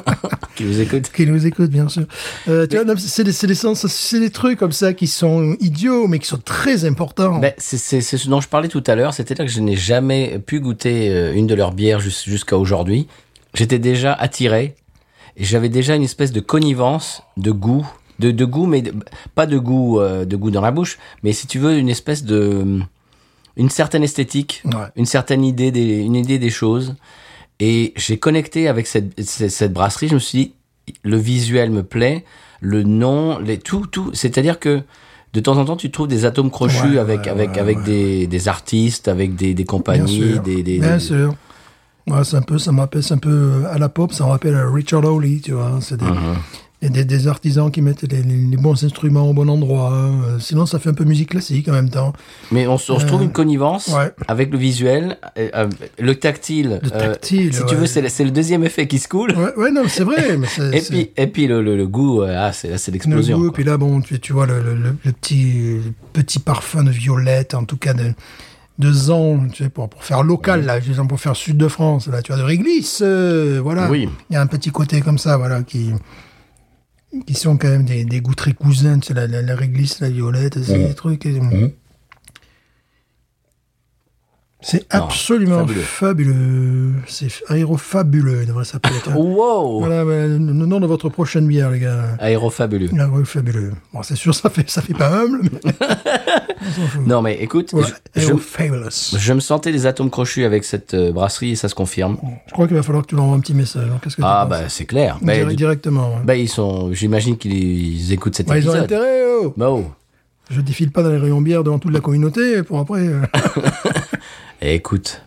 Speaker 1: Qui vous écoute
Speaker 2: qui nous écoute, bien sûr. Euh, tu vois, non, c'est des, c'est des sens, c'est des trucs comme ça qui sont idiots, mais qui sont très importants.
Speaker 1: Ben, c'est c'est- c'est ce dont je parlais tout à l'heure, c'est-à-dire que je n'ai jamais pu goûter euh, une de leurs bières jus- jusqu'à aujourd'hui. J'étais déjà attiré et j'avais déjà une espèce de connivence, de goût, de, de goût, mais de- pas de goût, euh, de goût dans la bouche, mais si tu veux une espèce de, une certaine esthétique,
Speaker 2: Ouais.
Speaker 1: une certaine idée des, une idée des choses. Et j'ai connecté avec cette, cette, cette brasserie. Je me suis dit, le visuel me plaît, le nom, les, tout, tout. C'est-à-dire que de temps en temps, tu trouves des atomes crochus
Speaker 2: Ouais,
Speaker 1: avec,
Speaker 2: ouais,
Speaker 1: avec,
Speaker 2: ouais,
Speaker 1: avec
Speaker 2: ouais.
Speaker 1: Des, des artistes, avec des, des compagnies,
Speaker 2: Bien sûr.
Speaker 1: des, des-
Speaker 2: Bien
Speaker 1: des-
Speaker 2: sûr. Ouais, c'est un peu, ça me rappelle, c'est un peu euh, à la pop, ça me rappelle euh, Richard Hawley, tu vois. C'est des,
Speaker 1: Uh-huh.
Speaker 2: et des, des artisans qui mettent les, les- les bons instruments au bon endroit. hein. Euh, Sinon, ça fait un peu musique classique en même temps.
Speaker 1: Mais on se retrouve
Speaker 2: Euh,
Speaker 1: une connivence
Speaker 2: ouais.
Speaker 1: avec le visuel, euh, euh, le tactile. euh,
Speaker 2: Le tactile,
Speaker 1: si tu
Speaker 2: ouais.
Speaker 1: veux, c'est le- c'est le deuxième effet qui se coule.
Speaker 2: Ouais, ouais, non, c'est vrai. mais c'est-
Speaker 1: Et
Speaker 2: c'est-
Speaker 1: puis, et puis le, le- le goût, euh, ah, c'est là, c'est
Speaker 2: le
Speaker 1: l'explosion.
Speaker 2: goût,
Speaker 1: quoi.
Speaker 2: puis là, bon, tu, tu vois le, le- le- le petit, le petit parfum de violette, en tout cas de, de zan, tu sais, pour, pour faire local, là, disons, pour faire sud de France, là, tu vois, de réglisse, euh, voilà.
Speaker 1: Oui.
Speaker 2: Il y a un petit côté comme ça, voilà, qui, qui sont quand même des, des goûts très cousins, tu sais, la, la- la réglisse, la violette, c'est
Speaker 1: Mm.
Speaker 2: des trucs. et- C'est
Speaker 1: Non,
Speaker 2: absolument
Speaker 1: Ah, fabuleux.
Speaker 2: fabuleux. C'est aérofabuleux, il devrait s'appeler. tu
Speaker 1: Oh.
Speaker 2: vois.
Speaker 1: Wow
Speaker 2: Voilà, voilà, le le nom de votre prochaine bière, les gars.
Speaker 1: Aérofabuleux.
Speaker 2: Ah oui, fabuleux. Bon, c'est sûr, ça fait, ça fait pas humble, mais...
Speaker 1: Non, mais écoute,
Speaker 2: Ouais,
Speaker 1: je,
Speaker 2: Hello
Speaker 1: je,
Speaker 2: Fabulous.
Speaker 1: je me sentais des atomes crochus avec cette euh, brasserie et ça se confirme.
Speaker 2: Je crois qu'il va falloir que tu leur envoies un petit message. hein. Qu'est-ce que
Speaker 1: Ah,
Speaker 2: tu penses
Speaker 1: bah, c'est clair.
Speaker 2: Direct-
Speaker 1: Ben, du-
Speaker 2: Directement. ouais.
Speaker 1: ben, ils sont, j'imagine qu'ils ils écoutent cet
Speaker 2: Ouais, ils ont
Speaker 1: épisode.
Speaker 2: intérêt, oh
Speaker 1: Bah, oh.
Speaker 2: Je défile pas dans les rayons bière devant toute la communauté pour après... euh.
Speaker 1: Eh, écoute,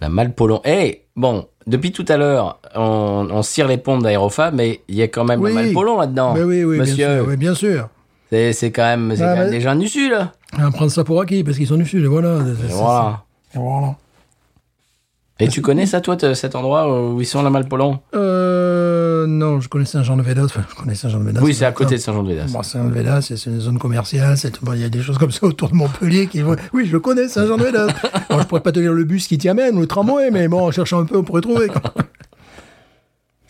Speaker 1: la Malpolon. Eh, bon, depuis tout à l'heure, on, on cire les pompes d'Aérofab, mais il y a quand même
Speaker 2: Oui.
Speaker 1: la Malpolon là-dedans.
Speaker 2: Mais oui, oui, bien
Speaker 1: monsieur.
Speaker 2: sûr. oui, bien sûr.
Speaker 1: C'est- C'est quand même, c'est
Speaker 2: Ah,
Speaker 1: quand même
Speaker 2: mais-
Speaker 1: des gens du Sud, là.
Speaker 2: On va prendre ça pour acquis, parce qu'ils sont du sud, et voilà. C'est- c'est-
Speaker 1: Voilà.
Speaker 2: c'est- voilà.
Speaker 1: Et tu connais ça, toi, te- cet endroit où ils sont la Malpolon
Speaker 2: Euh, euh, non, je connais Saint-Jean-de-Védas. Enfin, je connais Saint-Jean-de-Védas.
Speaker 1: Oui, c'est à côté de Saint-Jean-de-Védas.
Speaker 2: Ah, Bon, Saint-Jean-de-Védas, c'est c'est une zone commerciale. c'est- bon, Il y a des choses comme ça autour de Montpellier qui vont. Oui, je connais Saint-Jean-de-Védas. bon, je pourrais pas te dire le bus qui t'y amène ou le tramway, mais bon, en cherchant un peu, on pourrait trouver. quoi.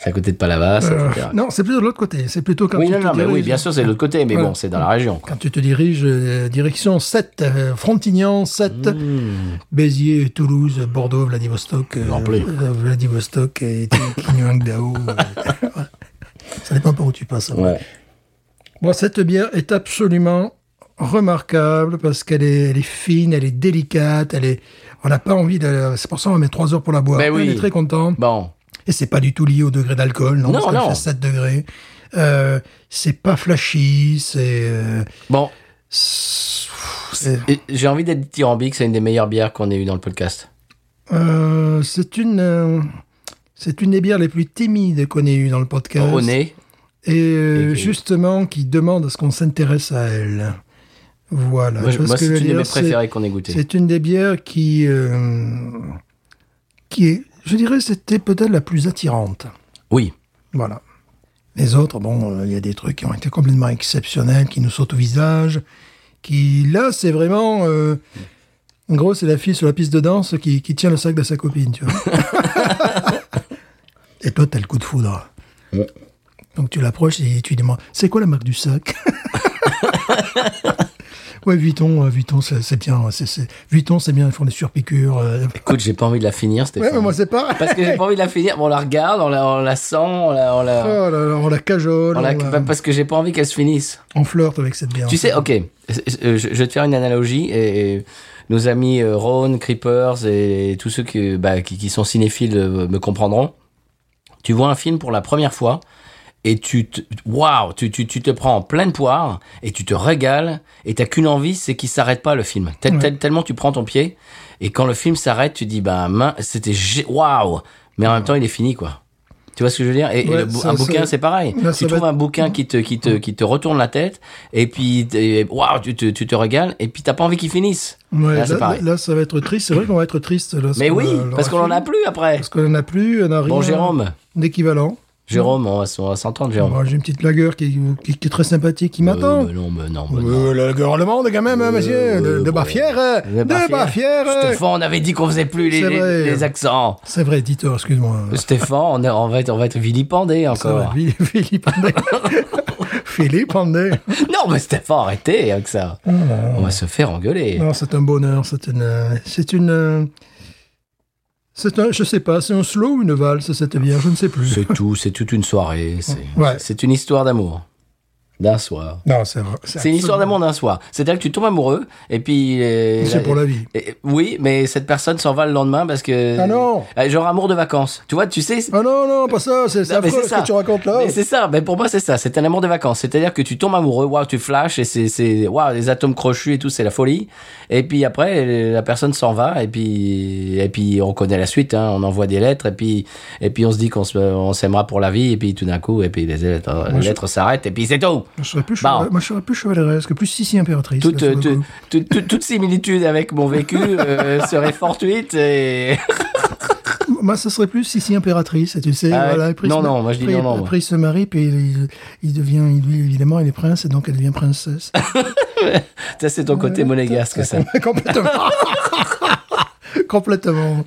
Speaker 1: C'est à côté de Palavas,
Speaker 2: Euh,
Speaker 1: etc.
Speaker 2: non, c'est plutôt de l'autre côté. C'est plutôt quand
Speaker 1: oui,
Speaker 2: tu
Speaker 1: non,
Speaker 2: te
Speaker 1: non, mais oui,
Speaker 2: diriges-
Speaker 1: bien sûr, c'est de l'autre côté, mais
Speaker 2: Voilà.
Speaker 1: bon, c'est dans la région. quoi.
Speaker 2: Quand tu te diriges euh, direction 7, Frontignan, 7,
Speaker 1: Mmh.
Speaker 2: Béziers, Toulouse, Bordeaux, Vladivostok, euh,
Speaker 1: En plus.
Speaker 2: euh, Vladivostok et Qinhuangdao. euh, voilà. ça dépend par où tu passes. hein.
Speaker 1: Ouais.
Speaker 2: Bon, cette bière est absolument remarquable parce qu'elle est, elle est fine, elle est délicate, elle est. On n'a pas envie de. C'est pour ça qu'on met 3 heures pour la boire.
Speaker 1: Ben oui.
Speaker 2: On est très content.
Speaker 1: Bon,
Speaker 2: Et c'est pas du tout lié au degré d'alcool, non,
Speaker 1: Non,
Speaker 2: parce qu'elle
Speaker 1: non.
Speaker 2: fait 7 degrés. Euh, c'est pas flashy, c'est. euh,
Speaker 1: bon,
Speaker 2: c'est-
Speaker 1: Et j'ai envie d'être tyrambique, c'est une des meilleures bières qu'on ait eues dans le podcast.
Speaker 2: Euh, c'est une, euh, c'est une des bières les plus timides qu'on ait eues dans le podcast.
Speaker 1: Au nez,
Speaker 2: Et euh,
Speaker 1: Et qui-
Speaker 2: justement, qui demande à ce qu'on s'intéresse à elle. Voilà.
Speaker 1: moi, je-
Speaker 2: Parce
Speaker 1: moi,
Speaker 2: que
Speaker 1: c'est
Speaker 2: je veux
Speaker 1: une de
Speaker 2: dire,
Speaker 1: mes
Speaker 2: c'est-
Speaker 1: préférées qu'on ait goûté.
Speaker 2: C'est une des bières qui, euh, qui est, je dirais, c'était peut-être la plus attirante.
Speaker 1: Oui,
Speaker 2: Voilà. Les autres, bon, euh, il y a des trucs qui ont été complètement exceptionnels, qui nous sautent au visage, qui, là, c'est vraiment... euh, en gros, c'est la fille sur la piste de danse qui, qui tient le sac de sa copine, tu vois. et toi, t'as le coup de foudre.
Speaker 1: Ouais.
Speaker 2: Donc tu l'approches et tu lui demandes, c'est quoi la marque du sac Ouais, Vuitton, euh, Vuitton, c'est c'est bien. c'est- c'est- Vuitton, c'est bien, ils font des surpiqûres. euh.
Speaker 1: écoute, j'ai pas envie de la finir,
Speaker 2: Ouais,
Speaker 1: Stéphane.
Speaker 2: mais moi, c'est pas...
Speaker 1: Parce que j'ai pas envie de la finir. Bon, on la regarde, on la, on la sent, on la. On la...
Speaker 2: Oh là là, on la cajole,
Speaker 1: on
Speaker 2: on,
Speaker 1: la-
Speaker 2: la-
Speaker 1: Parce que j'ai pas envie qu'elle se finisse.
Speaker 2: on flirte avec cette bière.
Speaker 1: Tu sais, ok, je, je vais te faire une analogie. Et, et nos amis euh, Ron, Creepers et tous ceux que- bah, qui, qui sont cinéphiles euh, me comprendront. Tu vois un film pour la première fois et tu te, waouh, tu, tu, tu te prends en pleine poire et tu te régales et t'as qu'une envie, c'est qu'il s'arrête pas le film. Tel- tel- tellement tu prends ton pied et quand le film s'arrête, tu dis bah main, c'était gé- waouh, mais en même temps il est fini quoi. Tu vois ce que je veux dire Et, et
Speaker 2: Ouais,
Speaker 1: le bou-
Speaker 2: ça-
Speaker 1: un
Speaker 2: ça-
Speaker 1: bouquin, c'est pareil.
Speaker 2: Là, ça
Speaker 1: tu
Speaker 2: va
Speaker 1: trouves un
Speaker 2: être-
Speaker 1: bouquin qui te, qui te, qui te retourne la tête, et puis, t'es- waouh, tu te, tu te régales, et puis t'as pas envie qu'il finisse.
Speaker 2: Ouais,
Speaker 1: Là,
Speaker 2: là,
Speaker 1: c'est pareil.
Speaker 2: là, ça va être triste. C'est vrai qu'on va être triste. Là,
Speaker 1: Mais oui, parce qu'on en a
Speaker 2: plus.
Speaker 1: plus après.
Speaker 2: Parce qu'on en a plus, on a rien
Speaker 1: Bon, Jérôme.
Speaker 2: d'équivalent.
Speaker 1: Jérôme, on va, s- on va s'entendre, Jérôme.
Speaker 2: Bon, J'ai une petite lagueur qui, qui, qui est très sympathique qui
Speaker 1: Euh,
Speaker 2: m'attend.
Speaker 1: mais non, mais non, mais non.
Speaker 2: Euh, la lagueur allemande, quand même, hein, monsieur. de,
Speaker 1: euh,
Speaker 2: de
Speaker 1: bon.
Speaker 2: Bavière. euh,
Speaker 1: De
Speaker 2: De Bavière. euh.
Speaker 1: Stéphane, on avait dit qu'on faisait plus les,
Speaker 2: C'est
Speaker 1: les-
Speaker 2: vrai.
Speaker 1: les accents.
Speaker 2: C'est vrai, Dieter, excuse-moi.
Speaker 1: Stéphane, on, est- on va être, on va être vilipendé
Speaker 2: Ça va,
Speaker 1: encore.
Speaker 2: Phil- Philippe Andé. Philippe Andé.
Speaker 1: Non, mais Stéphane, arrêtez avec ça. On va se faire engueuler.
Speaker 2: Non, c'est un bonheur. C'est une. euh, C'est une. euh, C'est un. Je sais pas, c'est un slow ou une valse, cette bière, je ne sais plus.
Speaker 1: C'est tout, c'est toute une soirée. C'est
Speaker 2: Ouais.
Speaker 1: c'est une histoire d'amour. D'un soir.
Speaker 2: Non, c'est vrai.
Speaker 1: C'est une histoire d'amour d'un soir. C'est-à-dire que tu tombes amoureux et puis. euh,
Speaker 2: C'est pour la vie.
Speaker 1: et- oui, mais cette personne s'en va le lendemain parce que.
Speaker 2: Ah non
Speaker 1: Euh, Genre amour de vacances. Tu vois, tu sais. c'est-
Speaker 2: Ah non, non, pas ça, c'est c'est
Speaker 1: Non, mais
Speaker 2: affreux ce que tu racontes là.
Speaker 1: Mais c'est ça. Mais pour moi, c'est ça. C'est un amour de vacances. C'est-à-dire que tu tombes amoureux, waouh, tu flashes et c'est, c'est, waouh, les atomes crochus et tout, c'est la folie. Et puis après, euh, la personne s'en va et puis, et puis on connaît la suite. Hein, on envoie des lettres et puis, et puis on se dit qu'on se, on s'aimera pour la vie et puis tout d'un coup, et puis les lettres, les lettres s'arrêtent et puis c'est tout.
Speaker 2: Je serais plus,
Speaker 1: Bon. euh,
Speaker 2: chevale- moi, je serais plus chevaleresque, plus Sissi impératrice.
Speaker 1: toute,
Speaker 2: là, sur le
Speaker 1: toute-
Speaker 2: coup.
Speaker 1: toute- toute- toute similitude avec mon vécu euh, serait fortuite et
Speaker 2: Moi, ça serait plus Sissi impératrice, et tu sais.
Speaker 1: Ah ouais.
Speaker 2: voilà,
Speaker 1: Non,
Speaker 2: se-
Speaker 1: non, moi, je dis
Speaker 2: pris-
Speaker 1: non, non, moi.
Speaker 2: pris se marie, puis il, il devient, il- lui, évidemment, il est prince, et donc elle devient princesse.
Speaker 1: ça c'est ton côté monégasque ça.
Speaker 2: Complètement. Complètement.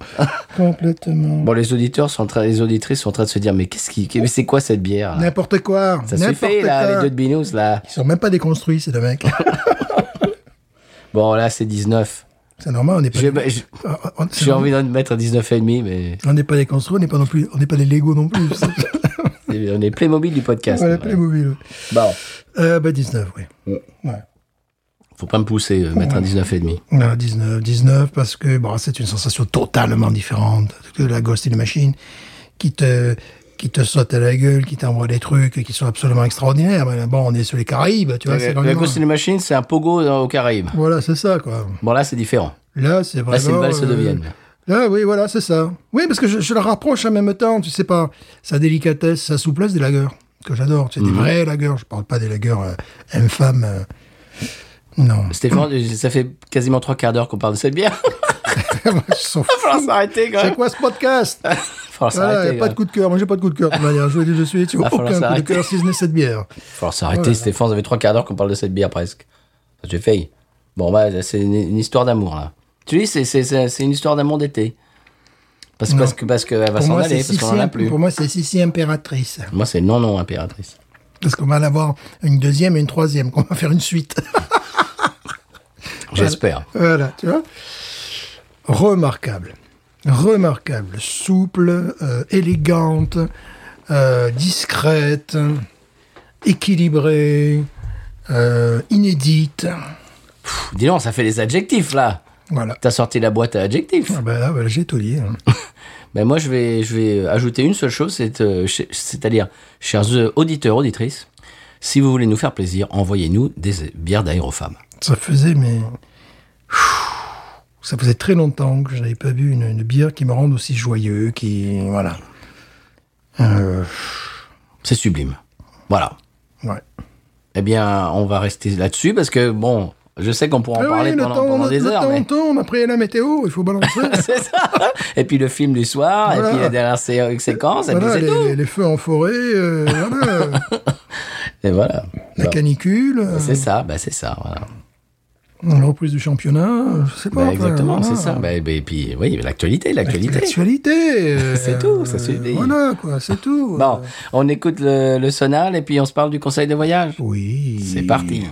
Speaker 2: Complètement.
Speaker 1: Bon les auditeurs sont en train, les auditrices sont en train de se dire mais qu'est-ce qui, mais c'est quoi cette bière là
Speaker 2: N'importe quoi.
Speaker 1: Ça
Speaker 2: n'importe
Speaker 1: suffit là
Speaker 2: quoi.
Speaker 1: les deux de binous là.
Speaker 2: Ils sont même pas déconstruits, ces deux mecs.
Speaker 1: Bon là c'est 19.
Speaker 2: c'est normal, on n'est pas.
Speaker 1: J'ai j'ai-
Speaker 2: Ah, ah, ah, c'est
Speaker 1: j'ai
Speaker 2: normal.
Speaker 1: envie d'en mettre 19 et demi mais
Speaker 2: On n'est pas déconstruits, on n'est pas non plus, on n'est pas des Lego non plus.
Speaker 1: on est Playmobil du podcast.
Speaker 2: voilà,
Speaker 1: là.
Speaker 2: Playmobil.
Speaker 1: Bon
Speaker 2: Euh, bah 19, oui. Ouais.
Speaker 1: faut pas me pousser euh, mettre un 19 et demi.
Speaker 2: Non, 19, 19, parce que bon, c'est une sensation totalement différente de la Ghost in the Machine, qui te, qui te saute à la gueule, qui t'envoie des trucs qui sont absolument extraordinaires. Mais bon, on est sur les Caraïbes, tu vois, Bah, c'est dans
Speaker 1: la
Speaker 2: les
Speaker 1: Euh, Ghost in the Machine c'est un pogo dans- aux Caraïbes.
Speaker 2: Voilà, c'est ça, quoi.
Speaker 1: Bon là c'est différent.
Speaker 2: Là, c'est vraiment...
Speaker 1: Là c'est une valse de
Speaker 2: euh,
Speaker 1: Vienne.
Speaker 2: Là, oui, voilà, c'est ça. Oui, parce que je, je le rapproche en même temps, tu sais pas, sa délicatesse, sa souplesse des lagueurs, que j'adore. C'est
Speaker 1: Mhm.
Speaker 2: des vrais lagueurs, je parle pas des lagueurs euh, infâmes. euh, Non,
Speaker 1: Stéphane, euh, ça fait quasiment trois quarts d'heure qu'on parle de cette bière.
Speaker 2: ils sont
Speaker 1: va falloir s'arrêter quand
Speaker 2: C'est
Speaker 1: même.
Speaker 2: quoi ce podcast
Speaker 1: Faut falloir
Speaker 2: Voilà,
Speaker 1: s'arrêter.
Speaker 2: y a pas de coup de cœur. Moi, j'ai pas de coup de cœur. de toute manière. Je vous dis, je suis tu vois,
Speaker 1: euh, Va falloir
Speaker 2: aucun coup de
Speaker 1: s'arrêter.
Speaker 2: cœur si ce n'est cette bière.
Speaker 1: Il va falloir s'arrêter,
Speaker 2: Voilà.
Speaker 1: Stéphane. Ça fait trois quarts d'heure qu'on parle de cette bière presque. Enfin, J'ai failli. Bon, bah, c'est une, une histoire d'amour, là. Tu dis, c'est- c'est c'est- c'est une histoire d'amour d'été. Parce,
Speaker 2: Non.
Speaker 1: parce que parce qu'elle va
Speaker 2: Pour
Speaker 1: s'en
Speaker 2: moi,
Speaker 1: aller,
Speaker 2: c'est
Speaker 1: parce qu'on en a
Speaker 2: Sissi-
Speaker 1: plus.
Speaker 2: pour moi, c'est Sissi impératrice.
Speaker 1: Moi, c'est non, non, impératrice.
Speaker 2: Parce qu'on va en avoir une deuxième et une troisième, qu'on va faire une suite.
Speaker 1: J'espère.
Speaker 2: voilà, tu vois. Remarquable. Remarquable. Souple, euh, élégante, euh, discrète, équilibrée, euh, inédite.
Speaker 1: Pff, Dis donc, ça fait des adjectifs, là.
Speaker 2: Voilà.
Speaker 1: T'as sorti la boîte à adjectifs.
Speaker 2: Ah ben là, voilà, j'ai tout dit. hein.
Speaker 1: Ben moi, je vais, je vais euh, ajouter une seule chose, c'est, euh, ch- c'est-à-dire, chers euh, auditeurs, auditrices, si vous voulez nous faire plaisir, envoyez-nous des euh, bières d'aérofab.
Speaker 2: Ça faisait, mais. Ça faisait très longtemps que je n'avais pas bu une, une bière qui me rende aussi joyeux, qui. Voilà. Euh,
Speaker 1: C'est sublime. Voilà.
Speaker 2: ouais.
Speaker 1: Eh bien, on va rester là-dessus parce que, bon, je sais qu'on pourra en
Speaker 2: Ah oui,
Speaker 1: parler
Speaker 2: le
Speaker 1: pendant,
Speaker 2: temps,
Speaker 1: pendant
Speaker 2: le-
Speaker 1: des
Speaker 2: le
Speaker 1: heures.
Speaker 2: temps
Speaker 1: mais-
Speaker 2: tourne, après la météo, il faut balancer.
Speaker 1: C'est ça. Et puis le film du soir,
Speaker 2: Voilà.
Speaker 1: et puis la dernière sé- séquence, et
Speaker 2: Voilà,
Speaker 1: puis c'est
Speaker 2: les,
Speaker 1: tout.
Speaker 2: les- les feux en forêt, euh, voilà,
Speaker 1: Et voilà.
Speaker 2: la
Speaker 1: Bon.
Speaker 2: canicule, euh,
Speaker 1: C'est ça, bah c'est ça. Voilà.
Speaker 2: la reprise du championnat, euh, je sais pas.
Speaker 1: Bah,
Speaker 2: enfin,
Speaker 1: exactement,
Speaker 2: voilà.
Speaker 1: c'est ça. Bah, bah, et puis, oui, l'actualité, l'actualité.
Speaker 2: L'actualité. euh,
Speaker 1: C'est tout, ça suffit.
Speaker 2: Voilà, quoi, c'est tout.
Speaker 1: Bon, on écoute le, le sonal et puis on se parle du conseil de voyage.
Speaker 2: Oui.
Speaker 1: C'est parti.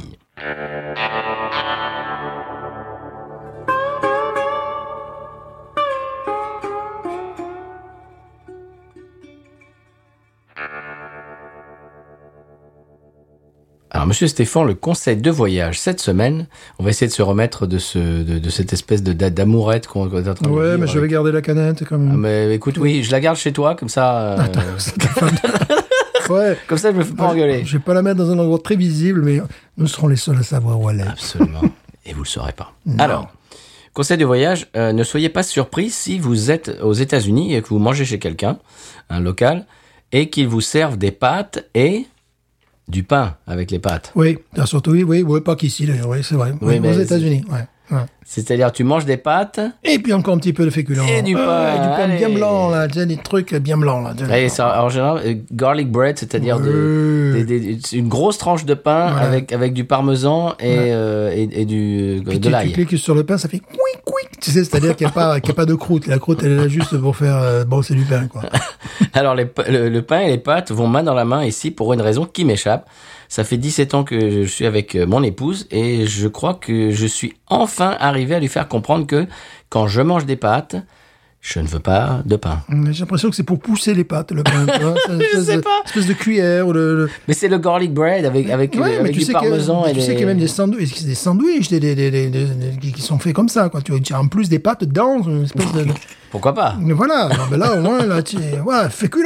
Speaker 1: Alors, monsieur Stéphane, le conseil de voyage cette semaine, on va essayer de se remettre de, ce, de, de cette espèce de date d'amourette qu'on qu'on est en train de
Speaker 2: Ouais,
Speaker 1: vivre.
Speaker 2: mais je vais garder la canette quand
Speaker 1: Ah,
Speaker 2: même.
Speaker 1: mais écoute, oui, je la garde chez toi, comme ça, euh, Ah,
Speaker 2: Ouais.
Speaker 1: comme ça, je me fais pas engueuler.
Speaker 2: Je vais pas la mettre dans un endroit très visible, mais nous serons les seuls à savoir où elle
Speaker 1: Ah.
Speaker 2: est.
Speaker 1: Absolument. Et vous le saurez pas. Alors, conseil de voyage, euh, ne soyez pas surpris si vous êtes aux États-Unis et que vous mangez chez quelqu'un, un local, et qu'il vous serve des pâtes et du pain avec les pâtes.
Speaker 2: Oui, alors surtout, oui, oui, ouais, pas qu'ici d'ailleurs, oui, c'est vrai.
Speaker 1: Oui,
Speaker 2: Oui,
Speaker 1: mais
Speaker 2: aux
Speaker 1: c'est-
Speaker 2: États-Unis, ouais. ouais.
Speaker 1: C'est-à-dire, tu manges des pâtes.
Speaker 2: Et puis encore un petit peu de féculent.
Speaker 1: Et du
Speaker 2: Ouais,
Speaker 1: pain,
Speaker 2: du pain
Speaker 1: allez.
Speaker 2: bien blanc, là. Tu sais, des trucs bien blancs, là. tu sais.
Speaker 1: Et ça, en général, euh, garlic bread, c'est-à-dire des-
Speaker 2: Ouais.
Speaker 1: des- des- une grosse tranche de pain
Speaker 2: Voilà.
Speaker 1: avec, avec du parmesan et, euh, et, et du,
Speaker 2: Puis
Speaker 1: de
Speaker 2: tu, tu
Speaker 1: l'ail.
Speaker 2: cliques sur le pain, ça fait couic, couic. Tu sais, c'est-à-dire qu'il n'y a, pas- qu'il y a pas de croûte. La croûte, elle est là juste pour faire euh, brosser du pain, quoi.
Speaker 1: Alors, les pa- le, le pain et les pâtes vont main dans la main ici pour une raison qui m'échappe. Ça fait 17 ans que je suis avec euh, mon épouse et je crois que je suis enfin arrivé à lui faire comprendre que quand je mange des pâtes, je ne veux pas de pain.
Speaker 2: Mais J'ai l'impression que c'est pour pousser les pâtes, le pain. tu vois. C'est une
Speaker 1: Je
Speaker 2: espèce
Speaker 1: sais
Speaker 2: de-
Speaker 1: pas.
Speaker 2: espèce de cuillère ou le. le-
Speaker 1: Mais c'est le garlic bread avec, avec,
Speaker 2: Ouais,
Speaker 1: le- avec du
Speaker 2: sais qu'il y a-
Speaker 1: parmesan et
Speaker 2: tu
Speaker 1: des-
Speaker 2: sais qu'il y a même des sandwichs, des sandwichs des, des- des- des- des- qui qui sont faits comme ça, quoi. Tu vois, tu as en plus des pâtes dans une espèce de.
Speaker 1: Pourquoi pas
Speaker 2: Mais voilà, non, mais là, au moins, là, tu ouais, féculent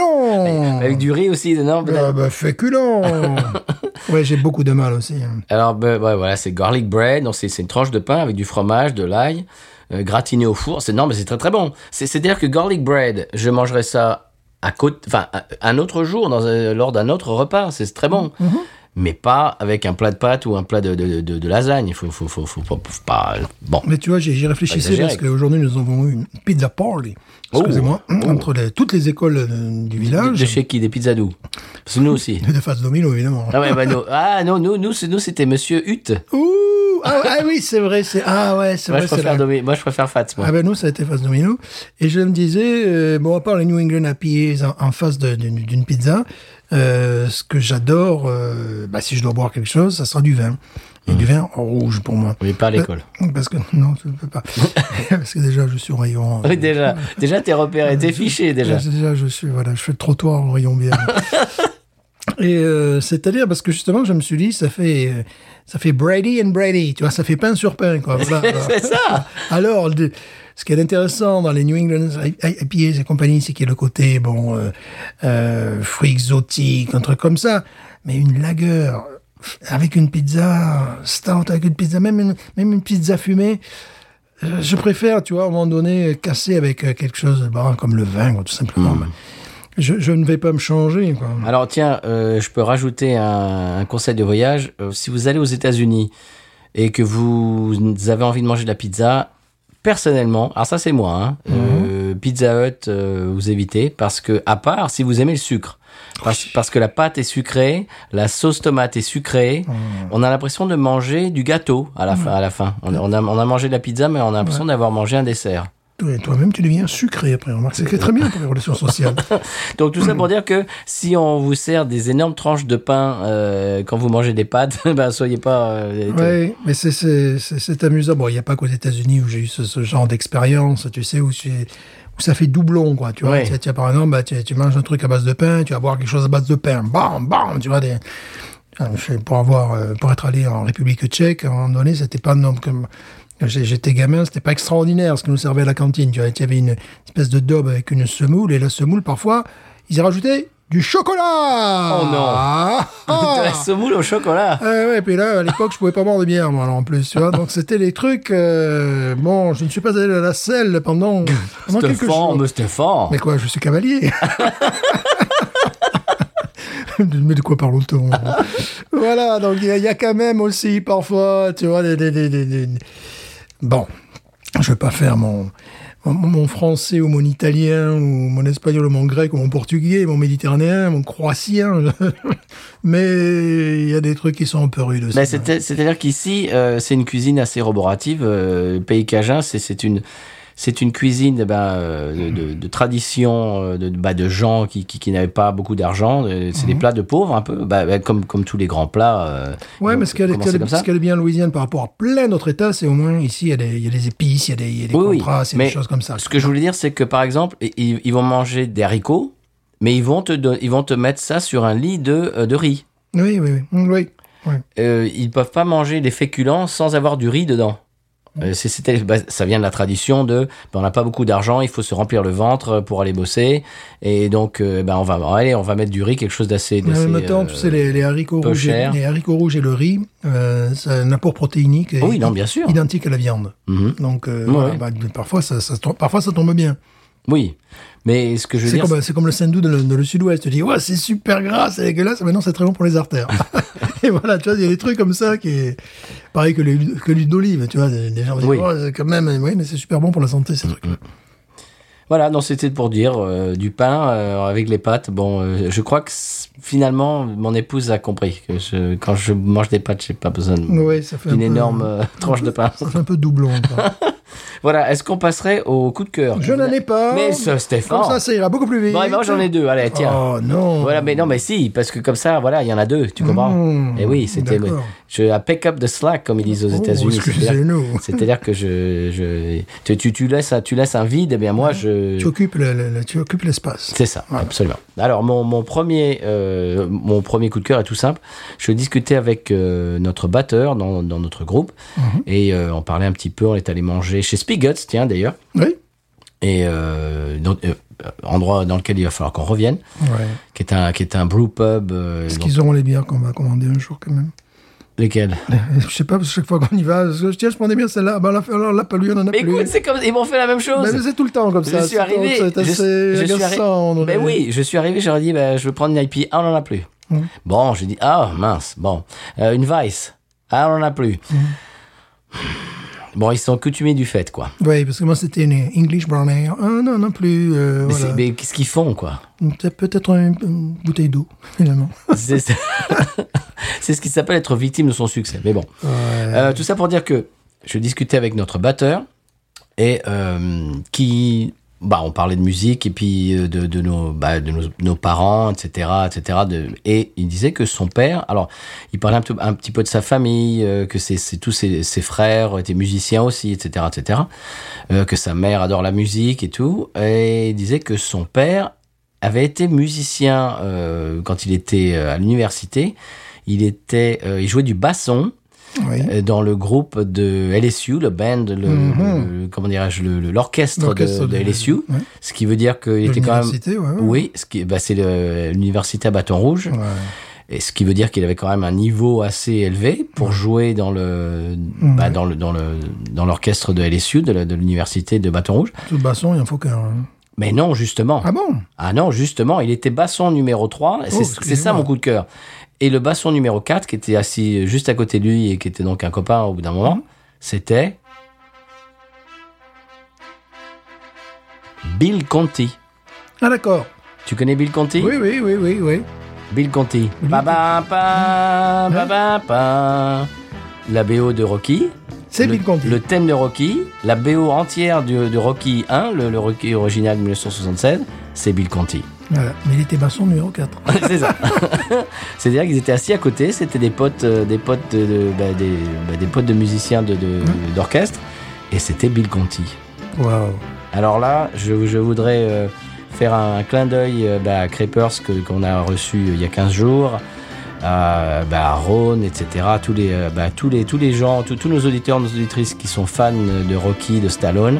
Speaker 1: Avec du riz aussi dedans peut-être
Speaker 2: Ah bah, féculent Ouais, j'ai beaucoup de mal aussi. hein.
Speaker 1: Alors, ben, ouais, voilà, c'est garlic bread. Donc, c'est c'est une tranche de pain avec du fromage, de l'ail, euh, gratiné au four. C'est non, mais c'est très très bon. C'est- C'est-à-dire que garlic bread, je mangerai ça à côté, enfin, à- un autre jour, dans, un- lors d'un autre repas. C'est très bon.
Speaker 2: Mm-hmm.
Speaker 1: Mais pas avec un plat de pâtes ou un plat de, de, de- de lasagne. Il faut, faut, faut, faut, faut- faut pas. Bon.
Speaker 2: Mais tu vois, j'y j'y réfléchissais
Speaker 1: Exagéré. Oh.
Speaker 2: parce qu'aujourd'hui, nous avons eu une pizza party. Excusez-moi. Entre les- toutes les écoles euh, du
Speaker 1: De,
Speaker 2: village.
Speaker 1: de chez qui Des pizzas d'où Parce que nous aussi.
Speaker 2: De face domino, évidemment.
Speaker 1: Ah, ouais, bah, nous, ah non, nous, nous, c'est- nous c'était Monsieur Hutt.
Speaker 2: Ouh ah, ah oui, c'est vrai. c'est- Ah ouais, c'est
Speaker 1: Moi,
Speaker 2: vrai.
Speaker 1: je
Speaker 2: c'est
Speaker 1: préfère,
Speaker 2: là.
Speaker 1: Domi- moi, je préfère Fats. Moi.
Speaker 2: Ah ben nous, ça a été face domino. Et je me disais, euh, bon, à part les New England Happy Days en, en face de- d'une d'une pizza, euh, ce que j'adore, euh, bah, si je dois boire quelque chose, ça sera du vin. Et du vin rouge pour moi.
Speaker 1: Oui, pas à l'école.
Speaker 2: Parce que non, je ne peux pas. Parce que déjà, je suis au rayon. euh,
Speaker 1: Oui, déjà, déjà t'es repéré, t'es fiché déjà.
Speaker 2: Là, c'est déjà, je suis, voilà, je fais le trottoir en rayon bière. Et euh, c'est-à-dire parce que justement, je me suis dit, ça fait, euh, ça fait Brady and Brady, tu vois, ça fait pain sur pain, quoi. Voilà.
Speaker 1: C'est ça.
Speaker 2: Alors, de- ce qui est intéressant dans les New England IPAs et compagnie, c'est qu'il y a le côté, bon, euh, euh, fruits exotiques, un truc comme ça, mais une lagueur avec une pizza, stout avec une pizza, même une, même une pizza fumée. euh, Je préfère, tu vois, à un moment donné, euh, casser avec euh, quelque chose bon, comme le vin, quoi, tout simplement. Je, je ne vais pas me changer. Quoi.
Speaker 1: Alors tiens, euh, je peux rajouter un, un conseil de voyage. Euh, si vous allez aux États-Unis et que vous avez envie de manger de la pizza, personnellement, alors ça c'est moi, hein, euh, Pizza Hut, euh, vous évitez parce que à part si vous aimez le sucre. Parce, parce que la pâte est sucrée, la sauce tomate est sucrée. On a l'impression de manger du gâteau à la fin. À la fin. On, on a, on a mangé de la pizza, mais on a l'impression d'avoir mangé un dessert.
Speaker 2: Toi- Toi-même, tu deviens sucré après. Remarque, c'est très bien pour les relations sociales.
Speaker 1: Donc tout ça pour dire que si on vous sert des énormes tranches de pain euh, quand vous mangez des pâtes, ben soyez pas. euh,
Speaker 2: Oui, mais c'est- c'est c'est- c'est amusant. Bon, il n'y a pas qu'aux États-Unis où j'ai eu ce, ce genre d'expérience, tu sais, où, c'est- où ça fait doublon, quoi. Tu vois,
Speaker 1: Ouais.
Speaker 2: tu, tu as, par exemple, bah, tu, tu manges un truc à base de pain, tu vas boire quelque chose à base de pain. Bam, bam, tu vois, des. Ah, je sais, Pour, avoir, euh, pour être allé en République tchèque, à un moment donné, c'était pas non, comme. quand j'ai- J'étais gamin, c'était pas extraordinaire ce que nous servait à la cantine. Tu vois, il y avait une espèce de daube avec une semoule, et la semoule, parfois, ils y rajoutaient du chocolat
Speaker 1: Oh non.
Speaker 2: Ah, ah.
Speaker 1: de la semoule au chocolat.
Speaker 2: Ah ouais, puis là, à l'époque, je pouvais pas boire de bière, moi, alors, en plus, tu vois. Donc, c'était les trucs, euh, bon, je ne suis pas allé à la selle pendant, pendant quelques
Speaker 1: Stéphane,
Speaker 2: jours.
Speaker 1: mais Stéphane.
Speaker 2: Mais quoi, je suis cavalier. Mais de quoi parle-t-on Voilà, donc il y, a- il y a quand même aussi parfois, tu vois, des... des- des- des- des- Bon, je vais pas faire mon, mon, mon français ou mon italien ou mon espagnol ou mon grec ou mon portugais, mon méditerranéen, mon croatien. Mais il y a des trucs qui sont un peu rudes aussi. hein.
Speaker 1: Ben, c'était- C'est-à-dire qu'ici, euh, c'est une cuisine assez roborative. euh, le pays cajun, c'est- c'est une... C'est une cuisine eh ben, euh, de, de- de tradition, euh, de, bah, de gens qui, qui, qui n'avaient pas beaucoup d'argent. euh, C'est
Speaker 2: Mhm.
Speaker 1: des plats de pauvres, un peu, bah, bah, comme, comme tous les grands plats. euh,
Speaker 2: Ouais,
Speaker 1: ils
Speaker 2: mais
Speaker 1: ont
Speaker 2: ce qu'elle est,
Speaker 1: commencé comme ça.
Speaker 2: ce qu'elle est bien Louisiane par rapport à plein d'autres États, c'est au moins ici, il y a des, il y a des épices, il y a des, il y a des
Speaker 1: Oui, oui,
Speaker 2: contrastes, il y a
Speaker 1: mais
Speaker 2: des choses comme ça.
Speaker 1: Ce que je voulais dire, c'est que par exemple, i- ils, ils vont manger des haricots, mais ils vont te, don- ils vont te mettre ça sur un lit de, euh, de riz.
Speaker 2: Oui, oui, oui. Mm, oui. oui.
Speaker 1: Euh, ils peuvent pas manger des féculents sans avoir du riz dedans.
Speaker 2: Mm.
Speaker 1: Euh, c'est- c'était- bah, ça vient de la tradition de ben, on n'a pas beaucoup d'argent, il faut se remplir le ventre pour aller bosser et donc euh, ben, on va allez, on va mettre du riz quelque chose d'assez
Speaker 2: Mais en
Speaker 1: d'assez,
Speaker 2: même temps,
Speaker 1: euh,
Speaker 2: tu sais, les, les haricots
Speaker 1: peu
Speaker 2: rouges, et,
Speaker 1: cher.
Speaker 2: les haricots rouges et le riz, euh, c'est un apport protéinique et-
Speaker 1: Oh Oui, non, bien sûr.
Speaker 2: identique à la viande.
Speaker 1: Mhm.
Speaker 2: Donc, euh,
Speaker 1: Ouais,
Speaker 2: voilà,
Speaker 1: ouais.
Speaker 2: bah, de- parfois, ça, ça tombe, parfois, ça tombe bien.
Speaker 1: Oui. Mais ce que je veux
Speaker 2: C'est
Speaker 1: dire
Speaker 2: comme, c'est comme le sandou dans le, dans le sud-ouest. Tu dis, ouais, c'est super gras, c'est dégueulasse, mais non, c'est très bon pour les artères. et voilà, tu vois, il y a des trucs comme ça qui est pareil que l'huile que l'huile d'olive. Tu vois, des des gens disent,
Speaker 1: Oui. Mm,
Speaker 2: Ouais, c'est quand même, oui, mais c'est super bon pour la santé, ces trucs.
Speaker 1: Voilà, non, c'était pour dire euh, du pain euh, avec les pâtes. Bon, euh, je crois que c- finalement, mon épouse a compris que je, quand je mange des pâtes, j'ai pas besoin de-
Speaker 2: Ouais, ça fait un
Speaker 1: d'une
Speaker 2: peu-
Speaker 1: mm, énorme euh, tranche de pain.
Speaker 2: Ça fait un peu doublon. quoi.
Speaker 1: voilà, est-ce qu'on passerait au coup de cœur
Speaker 2: Je n'en ai pas.
Speaker 1: Mais ce Stéphane.
Speaker 2: Comme ça, ça ira beaucoup plus vite.
Speaker 1: Bon, eh ben, j'en ai deux. Allez, tiens.
Speaker 2: Oh non.
Speaker 1: Voilà, mais non, mais si, parce que comme ça, voilà, il y en a deux, tu comprends
Speaker 2: Mmh,
Speaker 1: Et oui, c'était
Speaker 2: d'accord.
Speaker 1: je I pick up the slack comme ils disent aux
Speaker 2: Oh,
Speaker 1: États-Unis.
Speaker 2: excusez-nous.
Speaker 1: C'est-à-dire- C'est-à-dire que je, je tu, tu, tu laisses, un- tu laisses un vide, et bien moi je
Speaker 2: Tu occupes le- le- le- tu occupes l'espace.
Speaker 1: c'est ça, absolument. Alors mon, mon premier euh, mon premier coup de cœur est tout simple. Je discutais avec euh, notre batteur dans, dans notre groupe
Speaker 2: Mhm.
Speaker 1: et euh, on parlait un petit peu. On est allé manger chez Spigots, tiens d'ailleurs,
Speaker 2: Oui.
Speaker 1: et euh, dans- euh, endroit dans lequel il va falloir qu'on revienne,
Speaker 2: Ouais.
Speaker 1: qui est un qui est un brew pub. euh,
Speaker 2: Est-ce
Speaker 1: donc-
Speaker 2: qu'ils auront les bières qu'on va commander un jour quand même
Speaker 1: Lesquels
Speaker 2: Je sais pas, parce que chaque fois qu'on y va, je dis, tiens, je prenais bien celle-là. Ah, Ben, là, alors là, pas lui, on en a
Speaker 1: Mais
Speaker 2: plus.
Speaker 1: écoute, c'est comme ils m'ont fait la même chose.
Speaker 2: Ben, mais c'est tout le temps comme ça.
Speaker 1: je suis
Speaker 2: C'est-
Speaker 1: arrivé.
Speaker 2: C'est
Speaker 1: je-
Speaker 2: assez
Speaker 1: je suis arri-
Speaker 2: agaçant.
Speaker 1: Ben
Speaker 2: on dirait.
Speaker 1: oui, je suis arrivé, j'aurais dit, ben, je veux prendre une IP. Ah, on n'en a plus.
Speaker 2: Mhm.
Speaker 1: Bon, j'ai dit, ah, mince, bon. Euh, une Vice. Ah, on n'en a plus.
Speaker 2: Mmh.
Speaker 1: Bon, ils sont coutumés du fait, quoi.
Speaker 2: Oui, parce que moi, c'était une English Brown Ale. Ah, non, non plus. euh,
Speaker 1: Mais,
Speaker 2: voilà.
Speaker 1: c'est- mais qu'est-ce qu'ils font, quoi
Speaker 2: Peut- Peut-être une, une bouteille d'eau, finalement.
Speaker 1: C'est c'est- c'est ce qui s'appelle être victime de son succès. Mais bon. Euh, tout ça pour dire que je discutais avec notre batteur et euh, qui. Bah, on parlait de musique et puis euh, de, de nos, bah, de nos, nos parents, etc., etc. De, et il disait que son père, alors, il parlait un, petit- un petit peu de sa famille, euh, que ses- ses- tous ses, ses frères étaient musiciens aussi, etc., etc. euh, que sa mère adore la musique et tout. Et il disait que son père avait été musicien euh, quand il était euh, à l'université. Il était, euh, il jouait du basson
Speaker 2: Oui.
Speaker 1: euh, dans le groupe de LSU, le band, le,
Speaker 2: Mhm.
Speaker 1: le- comment dirais-je, le- le- l'orchestre de,
Speaker 2: L'orchestre
Speaker 1: de
Speaker 2: de-
Speaker 1: LSU.
Speaker 2: ouais.
Speaker 1: Ce qui veut dire qu'il
Speaker 2: De
Speaker 1: était quand même,
Speaker 2: l'université, ouais, ouais.
Speaker 1: oui, ce qui, bah, c'est le- l'université à Bâton Rouge,
Speaker 2: Ouais.
Speaker 1: et ce qui veut dire qu'il avait quand même un niveau assez élevé pour jouer dans le, bah, dans le, dans le, dans l'orchestre de LSU, de la- de l'université de Bâton Rouge.
Speaker 2: Tout basson, il en faut qu'un.
Speaker 1: Mais non, justement.
Speaker 2: Ah bon
Speaker 1: Ah non, justement, il était basson numéro 3. c'est c'est ça
Speaker 2: Oh, excusez-moi.
Speaker 1: mon coup de cœur. Et le basson numéro 4, qui était assis juste à côté de lui et qui était donc un copain au bout
Speaker 2: Mhm.
Speaker 1: d'un moment, c'était. Bill Conti.
Speaker 2: Ah d'accord.
Speaker 1: Tu connais Bill Conti
Speaker 2: Oui, oui, oui, oui, oui.
Speaker 1: Bill Conti. Ba ba ba,
Speaker 2: Hein
Speaker 1: ba ba ba. La BO de Rocky.
Speaker 2: C'est
Speaker 1: le,
Speaker 2: Bill Conti.
Speaker 1: Le thème de Rocky, la BO entière du- de, Rocky 1, le, le Rocky original de 1976, c'est Bill Conti.
Speaker 2: Voilà. Mais il était maçon numéro 4.
Speaker 1: c'est ça. C'est-à-dire qu'ils étaient assis à côté, c'était des potes, euh, des potes de, de- bah, des, bah, des potes de musiciens de- de- d'orchestre, et c'était Bill Conti.
Speaker 2: Waouh.
Speaker 1: Alors là, je, je voudrais euh, faire un, clin d'œil euh, bah, à Creepers que- qu'on a reçu euh, il y a 15 jours, à, bah, à Rhône, etc. Tous les, euh, bah, tous les, tous les gens, tous- tous nos auditeurs, nos auditrices qui sont fans de Rocky, de Stallone.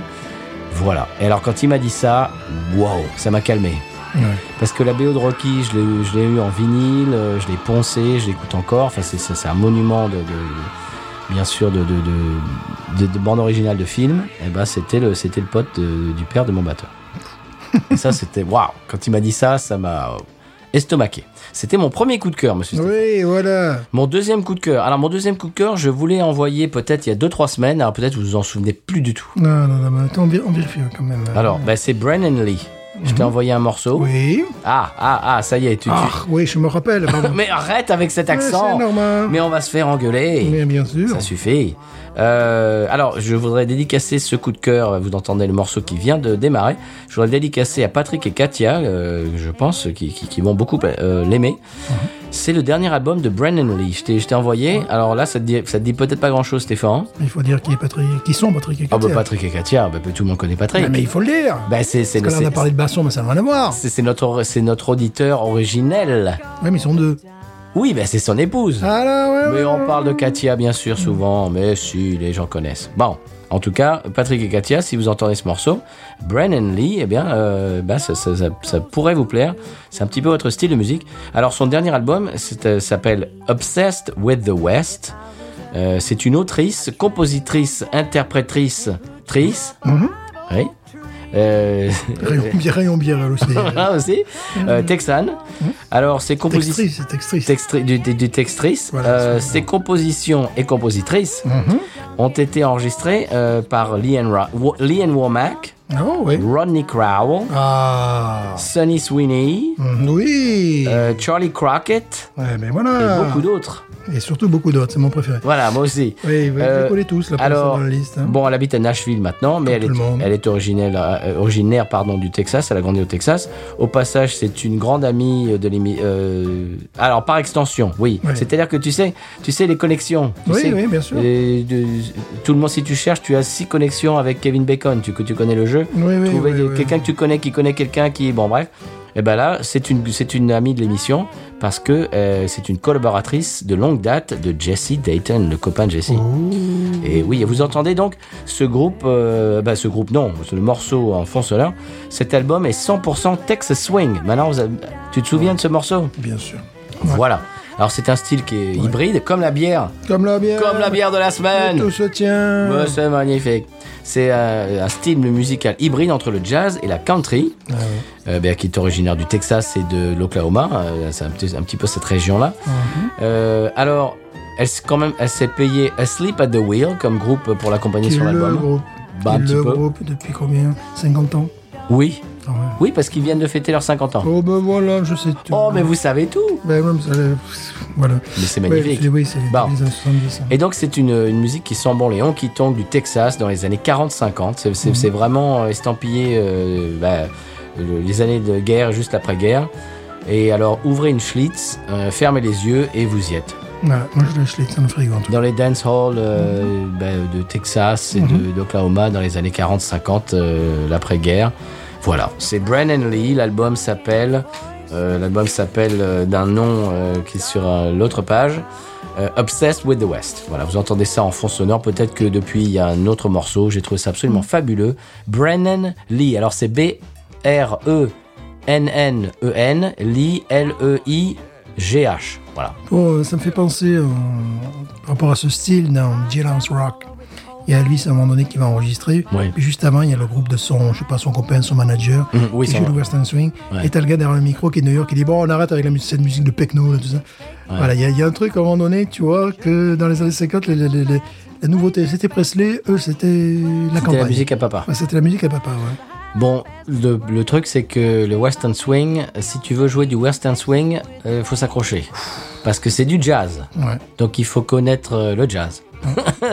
Speaker 1: Voilà. Et alors quand il m'a dit ça, waouh, ça m'a calmé.
Speaker 2: Ouais.
Speaker 1: Parce que la BO de Rocky, je l'ai eu- je l'ai eu en vinyle, euh, je l'ai poncé, je l'écoute encore. Enfin, c'est- c'est c'est un monument de, de- de- bien sûr de, de, de- de- de bande originale de film. Et ben, c'était le c'était le pote de- du père de mon batteur. Et ça, c'était waouh. Quand il m'a dit ça, ça m'a euh, estomaqué. C'était mon premier coup de cœur, monsieur. Stéphane.
Speaker 2: Oui, voilà.
Speaker 1: Mon deuxième coup de cœur. Alors, mon deuxième coup de cœur, je voulais envoyer peut-être il y a 2-3 semaines. Alors, peut-être vous vous en souvenez plus du tout.
Speaker 2: Non, non, non, mais attends, on vér- on vérifie hein, quand même.
Speaker 1: Alors, ben, c'est Brennan Lee. Je t'ai envoyé un morceau.
Speaker 2: Mhm. Oui.
Speaker 1: Ah, ah, ah, ça y est, tu, tu-
Speaker 2: Ah, oui, je me rappelle. pardon.
Speaker 1: Mais arrête avec cet accent.
Speaker 2: Ouais, c'est normal.
Speaker 1: Mais on va se faire engueuler.
Speaker 2: Mais bien sûr.
Speaker 1: Ça suffit. Euh, alors, je voudrais dédicacer ce coup de cœur. Vous entendez le morceau qui vient de démarrer. Je voudrais le dédicacer à Patrick et Katia, euh, je pense, qui, qui- qui vont beaucoup euh, l'aimer.
Speaker 2: Mhm.
Speaker 1: C'est le dernier album de Brandon Lee. Je t'ai je t'ai envoyé. Alors là, ça te dit, ça te dit peut-être pas grand-chose, Stéphane.
Speaker 2: Il faut dire qui, est Patrick... qui sont Patrick et
Speaker 1: Ah bah
Speaker 2: Katia.
Speaker 1: Patrick et Katia, bah, tout le monde connaît Patrick.
Speaker 2: Ah, mais il faut le dire.
Speaker 1: Bah, c'est c'est-
Speaker 2: Parce que là, on a
Speaker 1: c'est-
Speaker 2: parlé de basson, mais ça n'a rien à voir.
Speaker 1: c'est- c'est notre, c'est notre auditeur originel.
Speaker 2: Oui, mais ils sont deux.
Speaker 1: Oui, bah, c'est son épouse.
Speaker 2: Ah là, ouais.
Speaker 1: Mais
Speaker 2: ouais,
Speaker 1: on
Speaker 2: ouais.
Speaker 1: parle de Katia bien sûr souvent, mais si les gens connaissent. Bon, en tout cas, Patrick et Katia, si vous entendez ce morceau, Brennan Lee, eh bien, euh, bah, ça, ça- ça- ça pourrait vous plaire. C'est un petit peu votre style de musique. Alors son dernier album c'est, euh, s'appelle Obsessed with the West. Euh, c'est une autrice, compositrice, interprétrice, trice.
Speaker 2: Mhm.
Speaker 1: Oui. Euh,
Speaker 2: Rayon, bière, rayon bière, elle aussi.
Speaker 1: voilà aussi. Euh, texane. Alors c'est compositrice
Speaker 2: Textrice, c'est textrice.
Speaker 1: textri- du, du- du textrice.
Speaker 2: Voilà,
Speaker 1: Euh,
Speaker 2: c'est
Speaker 1: ses compositions et compositrices
Speaker 2: Mhm.
Speaker 1: ont été enregistrées euh, par Leanne, Ra- Wa- Leanne Womack,
Speaker 2: Ah ouais.
Speaker 1: Rodney Crowell,
Speaker 2: Ah.
Speaker 1: Sonny Sweeney,
Speaker 2: Mm, Oui.
Speaker 1: euh, Charlie Crockett
Speaker 2: ouais, mais
Speaker 1: et
Speaker 2: voilà.
Speaker 1: beaucoup d'autres.
Speaker 2: Et surtout beaucoup d'autres, c'est mon préféré.
Speaker 1: Voilà, moi aussi.
Speaker 2: Oui, vous
Speaker 1: Euh,
Speaker 2: les connaissez tous, là, pour
Speaker 1: alors,
Speaker 2: dans la liste. hein.
Speaker 1: Bon, elle habite à Nashville maintenant, mais elle
Speaker 2: tout
Speaker 1: est,
Speaker 2: le monde.
Speaker 1: elle est originelle, euh, originaire pardon, du Texas, elle a grandi au Texas. Au passage, c'est une grande amie de l'émi... euh, alors, par extension, oui.
Speaker 2: Oui.
Speaker 1: C'est-à-dire que tu sais, tu sais les connexions. tu
Speaker 2: oui,
Speaker 1: sais-
Speaker 2: oui, bien sûr.
Speaker 1: Et de- tout le monde, si tu cherches, tu as six connexions avec Kevin Bacon. Tu, que tu connais le jeu.
Speaker 2: Oui, oui,
Speaker 1: Trouver
Speaker 2: oui,
Speaker 1: des-
Speaker 2: oui.
Speaker 1: quelqu'un que tu connais qui connaît quelqu'un qui. Bon, bref. Et ben là, c'est une, c'est une amie de l'émission parce que euh, c'est une collaboratrice de longue date de Jesse Dayton, le copain de Jesse.
Speaker 2: Oh.
Speaker 1: Et oui, et vous entendez donc ce groupe, euh, bah, ce groupe non, le morceau en fond sonore. Cet album est 100% Texas Swing. Maintenant, vous avez- tu te souviens de ce morceau
Speaker 2: Bien sûr.
Speaker 1: Voilà. Alors c'est un style qui est hybride, comme la bière,
Speaker 2: Comme la bière.
Speaker 1: comme la bière de la semaine.
Speaker 2: Euh, Tout se tient.
Speaker 1: Ouais, Bah, c'est magnifique. C'est euh, un style musical hybride entre le jazz et la country,
Speaker 2: Ah ouais.
Speaker 1: euh, ben, qui est originaire du Texas et de l'Oklahoma. euh, c'est un petit, un petit peu cette région-là.
Speaker 2: Mhm.
Speaker 1: Euh, alors, elle, s- quand même, elle s'est payée Asleep at the Wheel comme groupe pour l'accompagner
Speaker 2: Qui est
Speaker 1: sur
Speaker 2: le
Speaker 1: l'album.
Speaker 2: groupe.
Speaker 1: Bah,
Speaker 2: Qui
Speaker 1: un
Speaker 2: est
Speaker 1: petit
Speaker 2: le
Speaker 1: peu.
Speaker 2: groupe depuis combien 50 ans
Speaker 1: Oui,
Speaker 2: Ah ouais.
Speaker 1: oui, parce qu'ils viennent de fêter leurs 50 ans.
Speaker 2: Oh ben voilà, je sais tout.
Speaker 1: Oh, mais vous savez tout.
Speaker 2: Ben, même ça, euh, voilà.
Speaker 1: Mais c'est
Speaker 2: Ouais,
Speaker 1: magnifique.
Speaker 2: c'est- oui, c'est
Speaker 1: Bon.
Speaker 2: les années 70. hein.
Speaker 1: Et donc c'est une, une musique qui sent bon les honks qui tombent du Texas dans les années 40-50. C'est c'est- c'est vraiment euh, estampillé euh, bah, le- les années de guerre juste après-guerre. Et alors ouvrez une Schlitz, euh, fermez les yeux et vous y êtes.
Speaker 2: Voilà, moi je lâche les dans le frigo en tout cas.
Speaker 1: Dans les dance halls euh, bah, de Texas et de- d'Oklahoma dans les années 40-50, euh, l'après-guerre. Voilà, c'est Brennan Lee. L'album s'appelle euh, l'album s'appelle euh, d'un nom euh, qui est sur euh, l'autre page. euh, Obsessed with the West. Voilà, vous entendez ça en fond sonore. Peut-être que depuis il y a un autre morceau. J'ai trouvé ça absolument fabuleux. Brennan Lee. Alors c'est B R E N N E N Lee L E I G H. Voilà.
Speaker 2: Bon, euh, ça me fait penser euh, par rapport à ce style dans Jailhouse Rock. Il y a lui, c'est à un moment donné, qui va enregistrer.
Speaker 1: Oui.
Speaker 2: Puis juste avant, il y a le groupe de son, je sais pas, son copain, son manager,
Speaker 1: Mhm, oui,
Speaker 2: qui
Speaker 1: son-
Speaker 2: joue le Western Swing.
Speaker 1: Ouais.
Speaker 2: Et t'as le gars derrière le micro qui est de New York, qui dit Bon, on arrête avec la mu- cette musique de Pecno, là, tout ça. Voilà, il y, a- il y a un truc à un moment donné, tu vois, que dans les années 50, les, les- les- les- la nouveauté, c'était Presley, eux, c'était la
Speaker 1: C'était
Speaker 2: campagne.
Speaker 1: la musique à papa.
Speaker 2: Ouais, c'était la musique à papa, ouais.
Speaker 1: Bon, le, le truc c'est que le western swing, si tu veux jouer du western swing, euh, faut s'accrocher parce que c'est du jazz.
Speaker 2: Ouais.
Speaker 1: Donc il faut connaître euh, le jazz.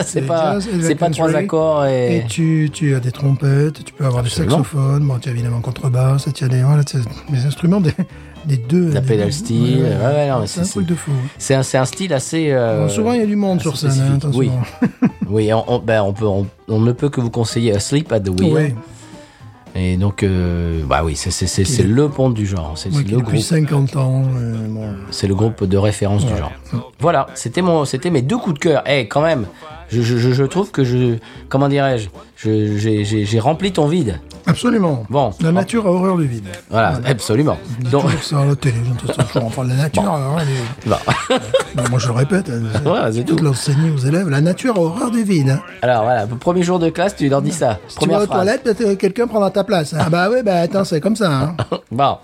Speaker 1: c'est
Speaker 2: Le
Speaker 1: pas
Speaker 2: jazz et le
Speaker 1: c'est pas trois
Speaker 2: country.
Speaker 1: accords et,
Speaker 2: Et tu, tu as des trompettes, tu peux avoir
Speaker 1: Absolument.
Speaker 2: du saxophone, bon, tu as évidemment contrebasse, tu as des, voilà, tu as des instruments des, des deux.
Speaker 1: La
Speaker 2: des-
Speaker 1: pedal steel, ouais, ouais, non, mais
Speaker 2: c'est un
Speaker 1: c'est-
Speaker 2: truc de fou.
Speaker 1: c'est un, c'est un style assez euh,
Speaker 2: Bon, souvent, il y a du monde
Speaker 1: assez
Speaker 2: sur scène, hein,
Speaker 1: spécifique.
Speaker 2: attention.
Speaker 1: oui. oui, on, on- ben, on peut on, on ne peut que vous conseiller Asleep at the Wheel.
Speaker 2: Ouais,
Speaker 1: Et donc euh, bah oui, c'est c'est- c'est- c'est le pont du genre, c'est
Speaker 2: moi
Speaker 1: c'est
Speaker 2: qui,
Speaker 1: le
Speaker 2: depuis
Speaker 1: groupe
Speaker 2: 50 ans. euh, bon.
Speaker 1: C'est le groupe de référence du genre. Voilà, c'était mon, c'était mes deux coups de cœur. Eh, quand même, je, je- je- je trouve que je, comment dirais-je, je- j'ai- j'ai j'ai rempli ton vide.
Speaker 2: Absolument.
Speaker 1: Bon.
Speaker 2: La nature a horreur du vide.
Speaker 1: Voilà, absolument.
Speaker 2: On dit
Speaker 1: Donc,
Speaker 2: toujours ça à la télé, j'entends ça toujours. Enfin, la nature a horreur du vide.
Speaker 1: bon.
Speaker 2: Bon, moi, je le répète, euh,
Speaker 1: Voilà, c'est
Speaker 2: toute
Speaker 1: tout.
Speaker 2: l'enseigner aux élèves, la nature a horreur du vide. hein.
Speaker 1: alors voilà, premier jour de classe, tu leur dis ça.
Speaker 2: Si tu vas
Speaker 1: Première
Speaker 2: aux
Speaker 1: phrase.
Speaker 2: toilettes, peut-être que quelqu'un prendra ta place. hein. Ah bah ouais, bah attends, c'est comme ça. hein.
Speaker 1: Bon.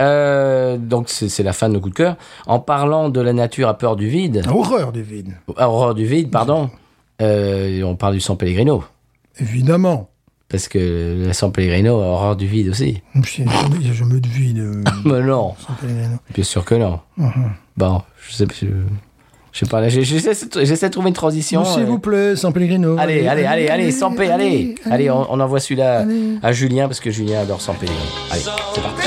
Speaker 1: Euh, donc c'est c'est la fin de nos coups de cœur. En parlant de la nature à peur du vide,
Speaker 2: Horreur du vide,
Speaker 1: à horreur du vide, pardon, euh, on parle du San Pellegrino.
Speaker 2: évidemment.
Speaker 1: Parce que le San Pellegrino a horreur du vide aussi.
Speaker 2: Je il y a jamais de vide. euh,
Speaker 1: Mais non.
Speaker 2: San Pellegrino.
Speaker 1: Bien sûr que non. Bon, je sais, je, je sais pas, là, j'ai- j'essaie de- j'essaie de trouver une transition.
Speaker 2: Non, S'il
Speaker 1: euh,
Speaker 2: vous plaît, San Pellegrino.
Speaker 1: Allez, allez, allez, allez, sans paix, allez. Allez, on, on envoie celui-là
Speaker 2: Allez.
Speaker 1: à Julien parce que Julien adore sans paix. Allez, c'est parti.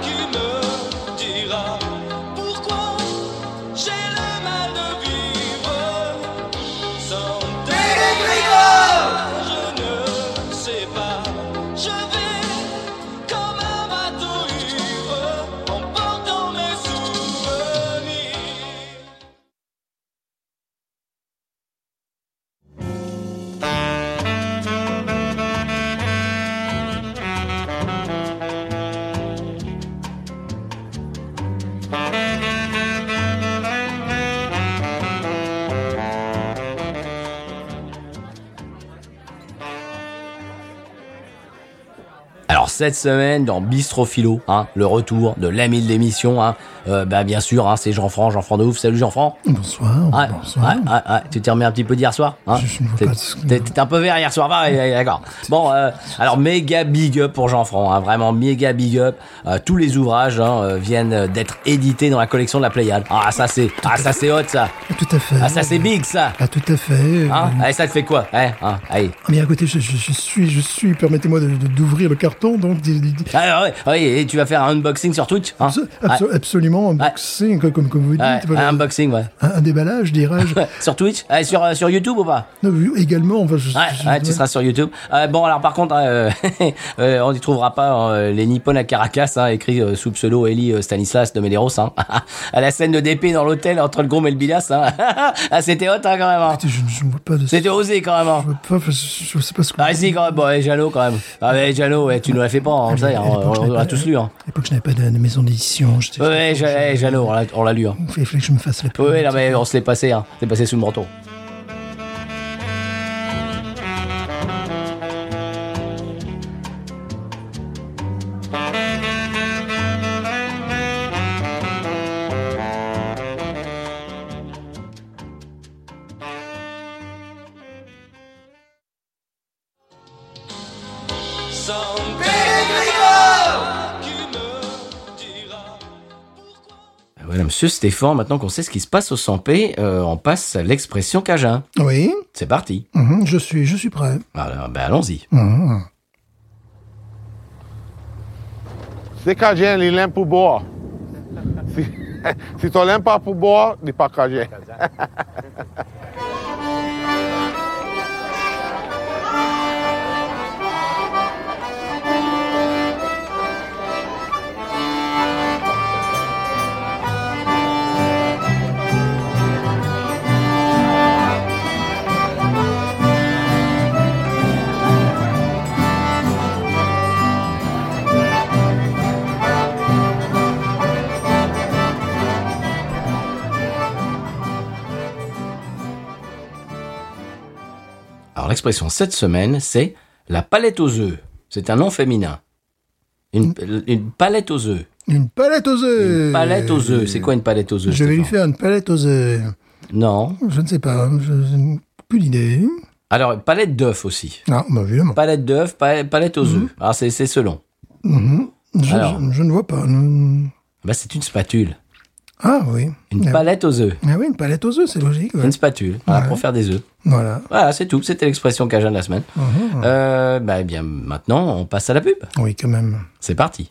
Speaker 3: Qui me dira pourquoi j'ai le mal de vivre sans dégringole Je ne sais pas, je vais comme un bateau ivre en portant mes souvenirs.
Speaker 1: Alors cette semaine dans Bistro Philo, hein, le retour de l'ami de l'émission, hein, euh, bah, bien sûr, hein, c'est Jean-Franc, Jean-Franc de ouf, salut Jean-Franc.
Speaker 2: Bonsoir.
Speaker 1: Ouais,
Speaker 2: bonsoir.
Speaker 1: ouais, ouais, ouais. Tu t'es remis un petit peu d'hier soir hein
Speaker 2: Je- je ne vois
Speaker 1: T'es-
Speaker 2: pas ce que-
Speaker 1: t'es- T'étais un peu vert hier soir, va, ouais, ouais, d'accord. Bon, euh, alors méga big up pour Jean-Franc, hein, vraiment méga big up. Euh, tous les ouvrages hein, euh, viennent d'être édités dans la collection de la Pléiade. Ah ça c'est, ah ça c'est hot ça,
Speaker 2: Tout à fait.
Speaker 1: ah ça c'est big ça.
Speaker 2: Ah, tout à fait.
Speaker 1: Hein
Speaker 2: Euh,
Speaker 1: Allez, ça te fait quoi hein, hein, allez.
Speaker 2: Mais à côté, je, je- je suis, je suis, permettez-moi de- de- d'ouvrir le carton, donc. dis- dis- dis-
Speaker 1: Alors, Ah, ouais, ouais, et tu vas faire un unboxing sur Twitch hein
Speaker 2: abso- abso- Absolument, un boxing, comme, comme vous dites.
Speaker 1: Ouais,
Speaker 2: voilà.
Speaker 1: Ah. un unboxing, ouais.
Speaker 2: Un, un déballage, dirais-je.
Speaker 1: Ouais, Sur Twitch Ouais, sur, euh, sur YouTube ou pas
Speaker 2: Non, oui, également, enfin, je,
Speaker 1: Ouais,
Speaker 2: je-
Speaker 1: ouais, Ah, tu seras sur YouTube. Euh, bon, alors par contre, euh, euh, on n'y trouvera pas euh, les Nippons à Caracas, hein, écrit euh, sous pseudo Eli euh, Stanislas de Medeiros, hein, à la scène de DP dans l'hôtel entre le Grom et le Bilas. Hein. ah, c'était hot hein, quand même. hein.
Speaker 2: je, je ne vois pas de
Speaker 1: C'était osé quand même. hein.
Speaker 2: Je vois pas, enfin, je- je sais pas ce que.
Speaker 1: Ah si quand même, bon, et Jeannot quand même. Ah mais Jeannot, ouais, tu nous l'as fait pas, hein, ça,
Speaker 2: À
Speaker 1: on,
Speaker 2: l'époque, je
Speaker 1: on- on
Speaker 2: n'avais
Speaker 1: l'a
Speaker 2: pas-
Speaker 1: tous lu. Hein.
Speaker 2: À l'époque, je n'avais pas de de maison d'édition. j'étais-
Speaker 1: Ouais, Ja- ouais, Jeannot, on l'a- on l'a lu. Hein.
Speaker 2: Il fallait que je me fasse la pub.
Speaker 1: Ouais, ouais, non mais on se l'est passé, hein. c'est passé sous le menton.
Speaker 3: Sans dégringole Qui me dira pourquoi
Speaker 1: Ah, Voilà, monsieur Stéphane, maintenant qu'on sait ce qui se passe au 100p, euh, on passe à l'expression Cajun.
Speaker 2: Oui,
Speaker 1: C'est parti.
Speaker 2: mhm, je suis, je suis prêt.
Speaker 1: Alors, ben allons-y.
Speaker 2: Mhm.
Speaker 4: Se cagem, ele limpa o boa. Se, se tu limpa pro boa, de pra cagem.
Speaker 1: Alors l'expression cette semaine, c'est la palette aux œufs. C'est un nom féminin. Une, une palette aux œufs.
Speaker 2: Une palette aux œufs.
Speaker 1: Palette aux œufs. C'est quoi une palette aux œufs
Speaker 2: Je vais lui
Speaker 1: Stéphane
Speaker 2: faire une palette aux œufs.
Speaker 1: Non.
Speaker 2: Je ne sais pas, je je n'ai plus d'idée.
Speaker 1: Alors, palette d'œufs aussi.
Speaker 2: Ah, bah, évidemment.
Speaker 1: Palette d'œufs, palette, palette aux
Speaker 2: Mhm.
Speaker 1: œufs. Alors, c'est c'est selon.
Speaker 2: Je,
Speaker 1: Alors.
Speaker 2: je- je ne vois pas. non.
Speaker 1: Bah, c'est une spatule.
Speaker 2: Ah oui.
Speaker 1: Une
Speaker 2: Ah,
Speaker 1: palette aux œufs.
Speaker 2: ah oui, une palette aux œufs, c'est logique. ouais.
Speaker 1: Une spatule. Voilà, pour faire des œufs.
Speaker 2: Voilà.
Speaker 1: Voilà, c'est tout. C'était l'expression cajun de la semaine.
Speaker 2: Mhm.
Speaker 1: Euh, bah, eh bien, maintenant, on passe à la pub.
Speaker 2: Oui, quand même.
Speaker 1: C'est parti.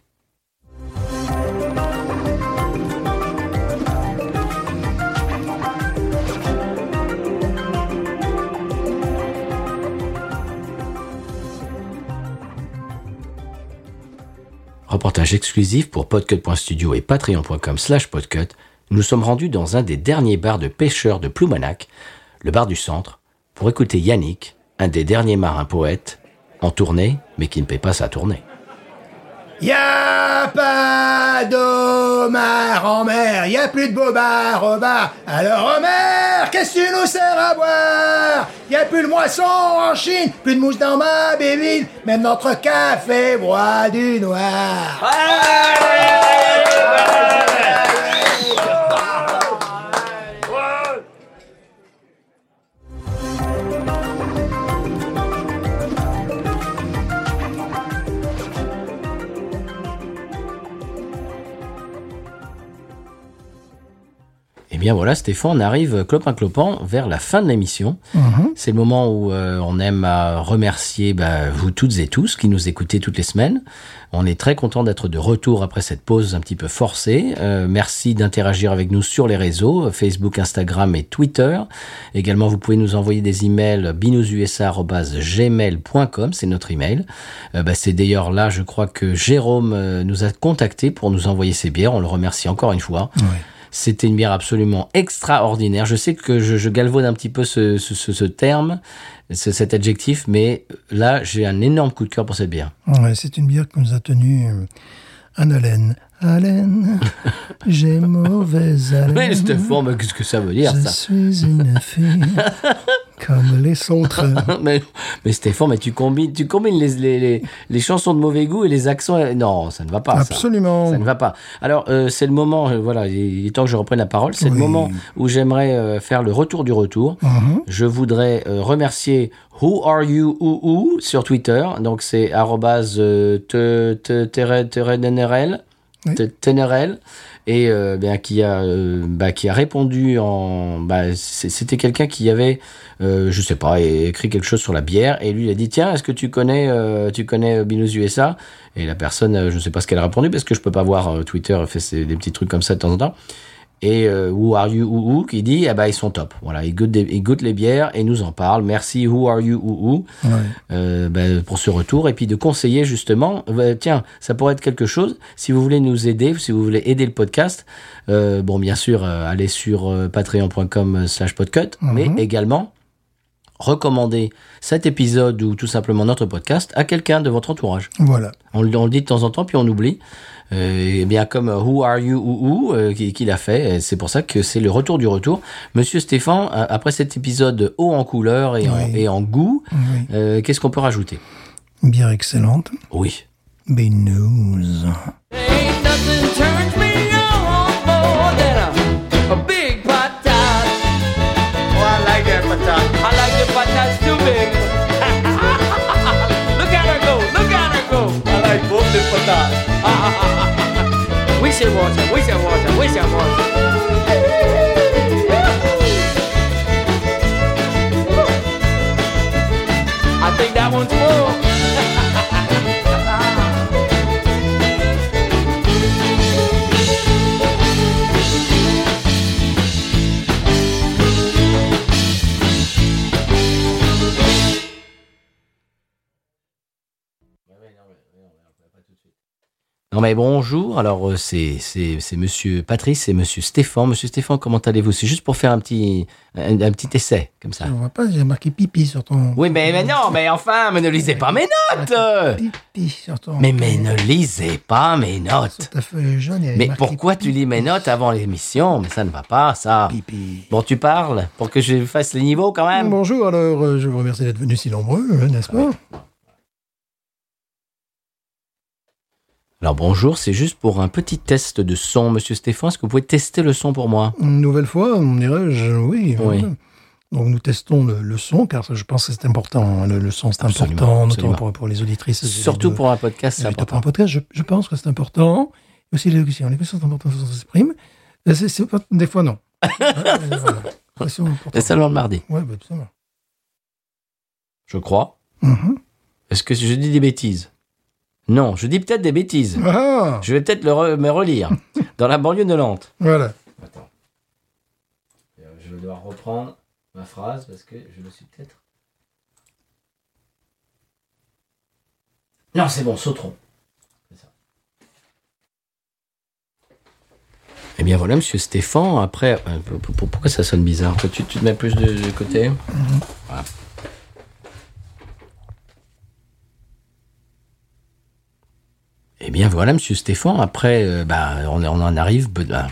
Speaker 1: Reportage exclusif pour podcut.studio et patreon.com slash podcut. Nous sommes rendus dans un des derniers bars de pêcheurs de Ploumanac, le bar du centre, pour écouter Yannick, un des derniers marins poètes, en tournée, mais qui ne paie pas sa tournée.
Speaker 2: Y a pas d'homard en mer, y a plus de bobard au bar. Alors en mer, qu'est-ce que tu nous sers à boire Y a plus de moisson en Chine, plus de mousse dans ma bébine, même notre café boit du noir.
Speaker 1: Eh bien voilà, Stéphane, on arrive euh, clopin clopin vers la fin de l'émission. C'est le moment où euh, on aime à remercier bah, vous toutes et tous qui nous écoutez toutes les semaines. On est très content d'être de retour après cette pause un petit peu forcée. Euh, merci d'interagir avec nous sur les réseaux, euh, Facebook, Instagram et Twitter. Également, vous pouvez nous envoyer des emails binoususa@gmail.com, c'est notre email. Euh, bah, c'est d'ailleurs là, je crois que Jérôme euh, nous a contacté pour nous envoyer ses bières. On le remercie encore une fois. C'était une bière absolument extraordinaire. Je sais que je, je galvaude un petit peu ce, ce- ce- ce terme, ce- cet adjectif, mais là, j'ai un énorme coup de cœur pour cette bière.
Speaker 2: Ouais, c'est une bière qui nous a tenus euh, en haleine. Haleine, j'ai mauvaise haleine.
Speaker 1: Mais cette forme, qu'est-ce que ça veut dire,
Speaker 2: Mm-hmm. je
Speaker 1: ça
Speaker 2: suis une fille comme les autres.
Speaker 1: mais, mais Stéphane, mais tu combines, tu combines les, les, les, les chansons de mauvais goût et les accents. euh, Non, ça ne va
Speaker 2: Ah,
Speaker 1: pas. ça.
Speaker 2: Absolument.
Speaker 1: Ça ne va pas. Alors, euh, c'est le moment, euh, voilà, il est temps que je reprenne la parole. C'est le
Speaker 2: Oui. Mhm.
Speaker 1: moment où j'aimerais euh, faire le retour du retour. Je voudrais euh, remercier Who Are You Who Who sur Twitter. Donc, c'est arrobase euh, te- te- tere- tere- nenerel.
Speaker 2: Oui.
Speaker 1: Te- Tenerel et euh, bien, qui a euh, bah, qui a répondu en bah, c'est- c'était quelqu'un qui avait euh, je sais pas é- écrit quelque chose sur la bière et lui il a dit tiens est-ce que tu connais euh, tu connais Binous USA et la personne euh, je sais pas ce qu'elle a répondu parce que je peux pas voir euh, Twitter fait ses- des petits trucs comme ça de temps en temps et euh, Who Are You Who Who qui dit ah bah ils sont top voilà ils goûtent des- ils goûtent les bières et nous en parlent merci Who Are You Who Who
Speaker 2: Ouais.
Speaker 1: euh, ben, pour ce retour et puis de conseiller justement euh, tiens ça pourrait être quelque chose si vous voulez nous aider si vous voulez aider le podcast euh, bon bien sûr euh, allez sur euh, patreon.com slash podcut mais également recommander cet épisode ou tout simplement notre podcast à quelqu'un de votre entourage
Speaker 2: Voilà.
Speaker 1: on, le- on le dit de temps en temps, puis on oublie. Euh, et bien, comme euh, Who Are You Who Who euh, qui, qui l'a fait, et c'est pour ça que c'est le retour du retour. Monsieur Stéphane, a- après cet épisode haut en couleur et, en,
Speaker 2: Oui.
Speaker 1: et en goût,
Speaker 2: Oui.
Speaker 1: euh, qu'est-ce qu'on peut rajouter
Speaker 2: Bière excellente.
Speaker 1: Oui.
Speaker 2: Binouze.
Speaker 5: Ain't nothing turns me on more than a, a big patat. Oh, I like that patat. I like the patats too big. look at her go, look at her go. I like both the patats. we should watch her, we should watch her, we should watch her. I think that one's full.
Speaker 1: Non mais bonjour, alors euh, c'est c'est c'est Monsieur Patrice et Monsieur Stéphane. Monsieur Stéphane, comment allez-vous C'est juste pour faire un petit un, un petit essai comme ça.
Speaker 2: Je vois pas, j'ai marqué pipi sur ton.
Speaker 1: Oui mais, mais non, mais enfin, mais ne lisez pas mes notes. euh.
Speaker 2: Pipi sur ton.
Speaker 1: Mais mais ne lisez pas mes
Speaker 2: Sur
Speaker 1: notes.
Speaker 2: ta feuille jaune, il y avait
Speaker 1: Mais
Speaker 2: marqué
Speaker 1: pourquoi tu lis mes notes hein? avant l'émission Mais ça ne va pas, ça.
Speaker 2: Pipi.
Speaker 1: Bon, tu parles pour que je fasse les niveaux quand même.
Speaker 2: Bonjour, alors euh, je vous remercie d'être venus si nombreux, euh, n'est-ce pas
Speaker 1: Alors bonjour, c'est juste pour un petit test de son, Monsieur Stéphane. Est-ce que vous pouvez tester le son pour moi
Speaker 2: Une nouvelle fois, on dirait, je...
Speaker 1: Oui.
Speaker 2: oui. voilà. Donc nous testons le, le son, car je pense que c'est important. hein, Le, le son, c'est
Speaker 1: Absolument,
Speaker 2: important, notamment
Speaker 1: absolument.
Speaker 2: pour, pour les auditrices. et les-
Speaker 1: Surtout pour un podcast,
Speaker 2: les
Speaker 1: c'est
Speaker 2: auditeurs pour un
Speaker 1: important.
Speaker 2: podcast. Je, je pense que c'est important. Et aussi l'élocution. L'élocution, c'est important, ça s'exprime. Euh, c'est- c'est pas- Des fois, non. Hein, euh, voilà. L'élocution, c'est important.
Speaker 1: C'est seulement le mardi,
Speaker 2: Ouais, bah, absolument.
Speaker 1: je crois.
Speaker 2: Mhm.
Speaker 1: Est-ce que je dis des bêtises Non, je dis peut-être des bêtises.
Speaker 2: Ah,
Speaker 1: Je vais peut-être le re- me relire. Dans la banlieue de Nantes.
Speaker 2: voilà.
Speaker 1: euh, Je vais devoir reprendre ma phrase parce que je me suis peut-être. Non, c'est bon, Sautron. Eh bien voilà, monsieur Stéphane. Après, euh, pour- pour- pour- pourquoi ça sonne bizarre Toi, tu, tu te mets plus de, de côté Voilà. Eh bien voilà, monsieur Stéphane. Après, euh, bah, on, on en arrive. bah,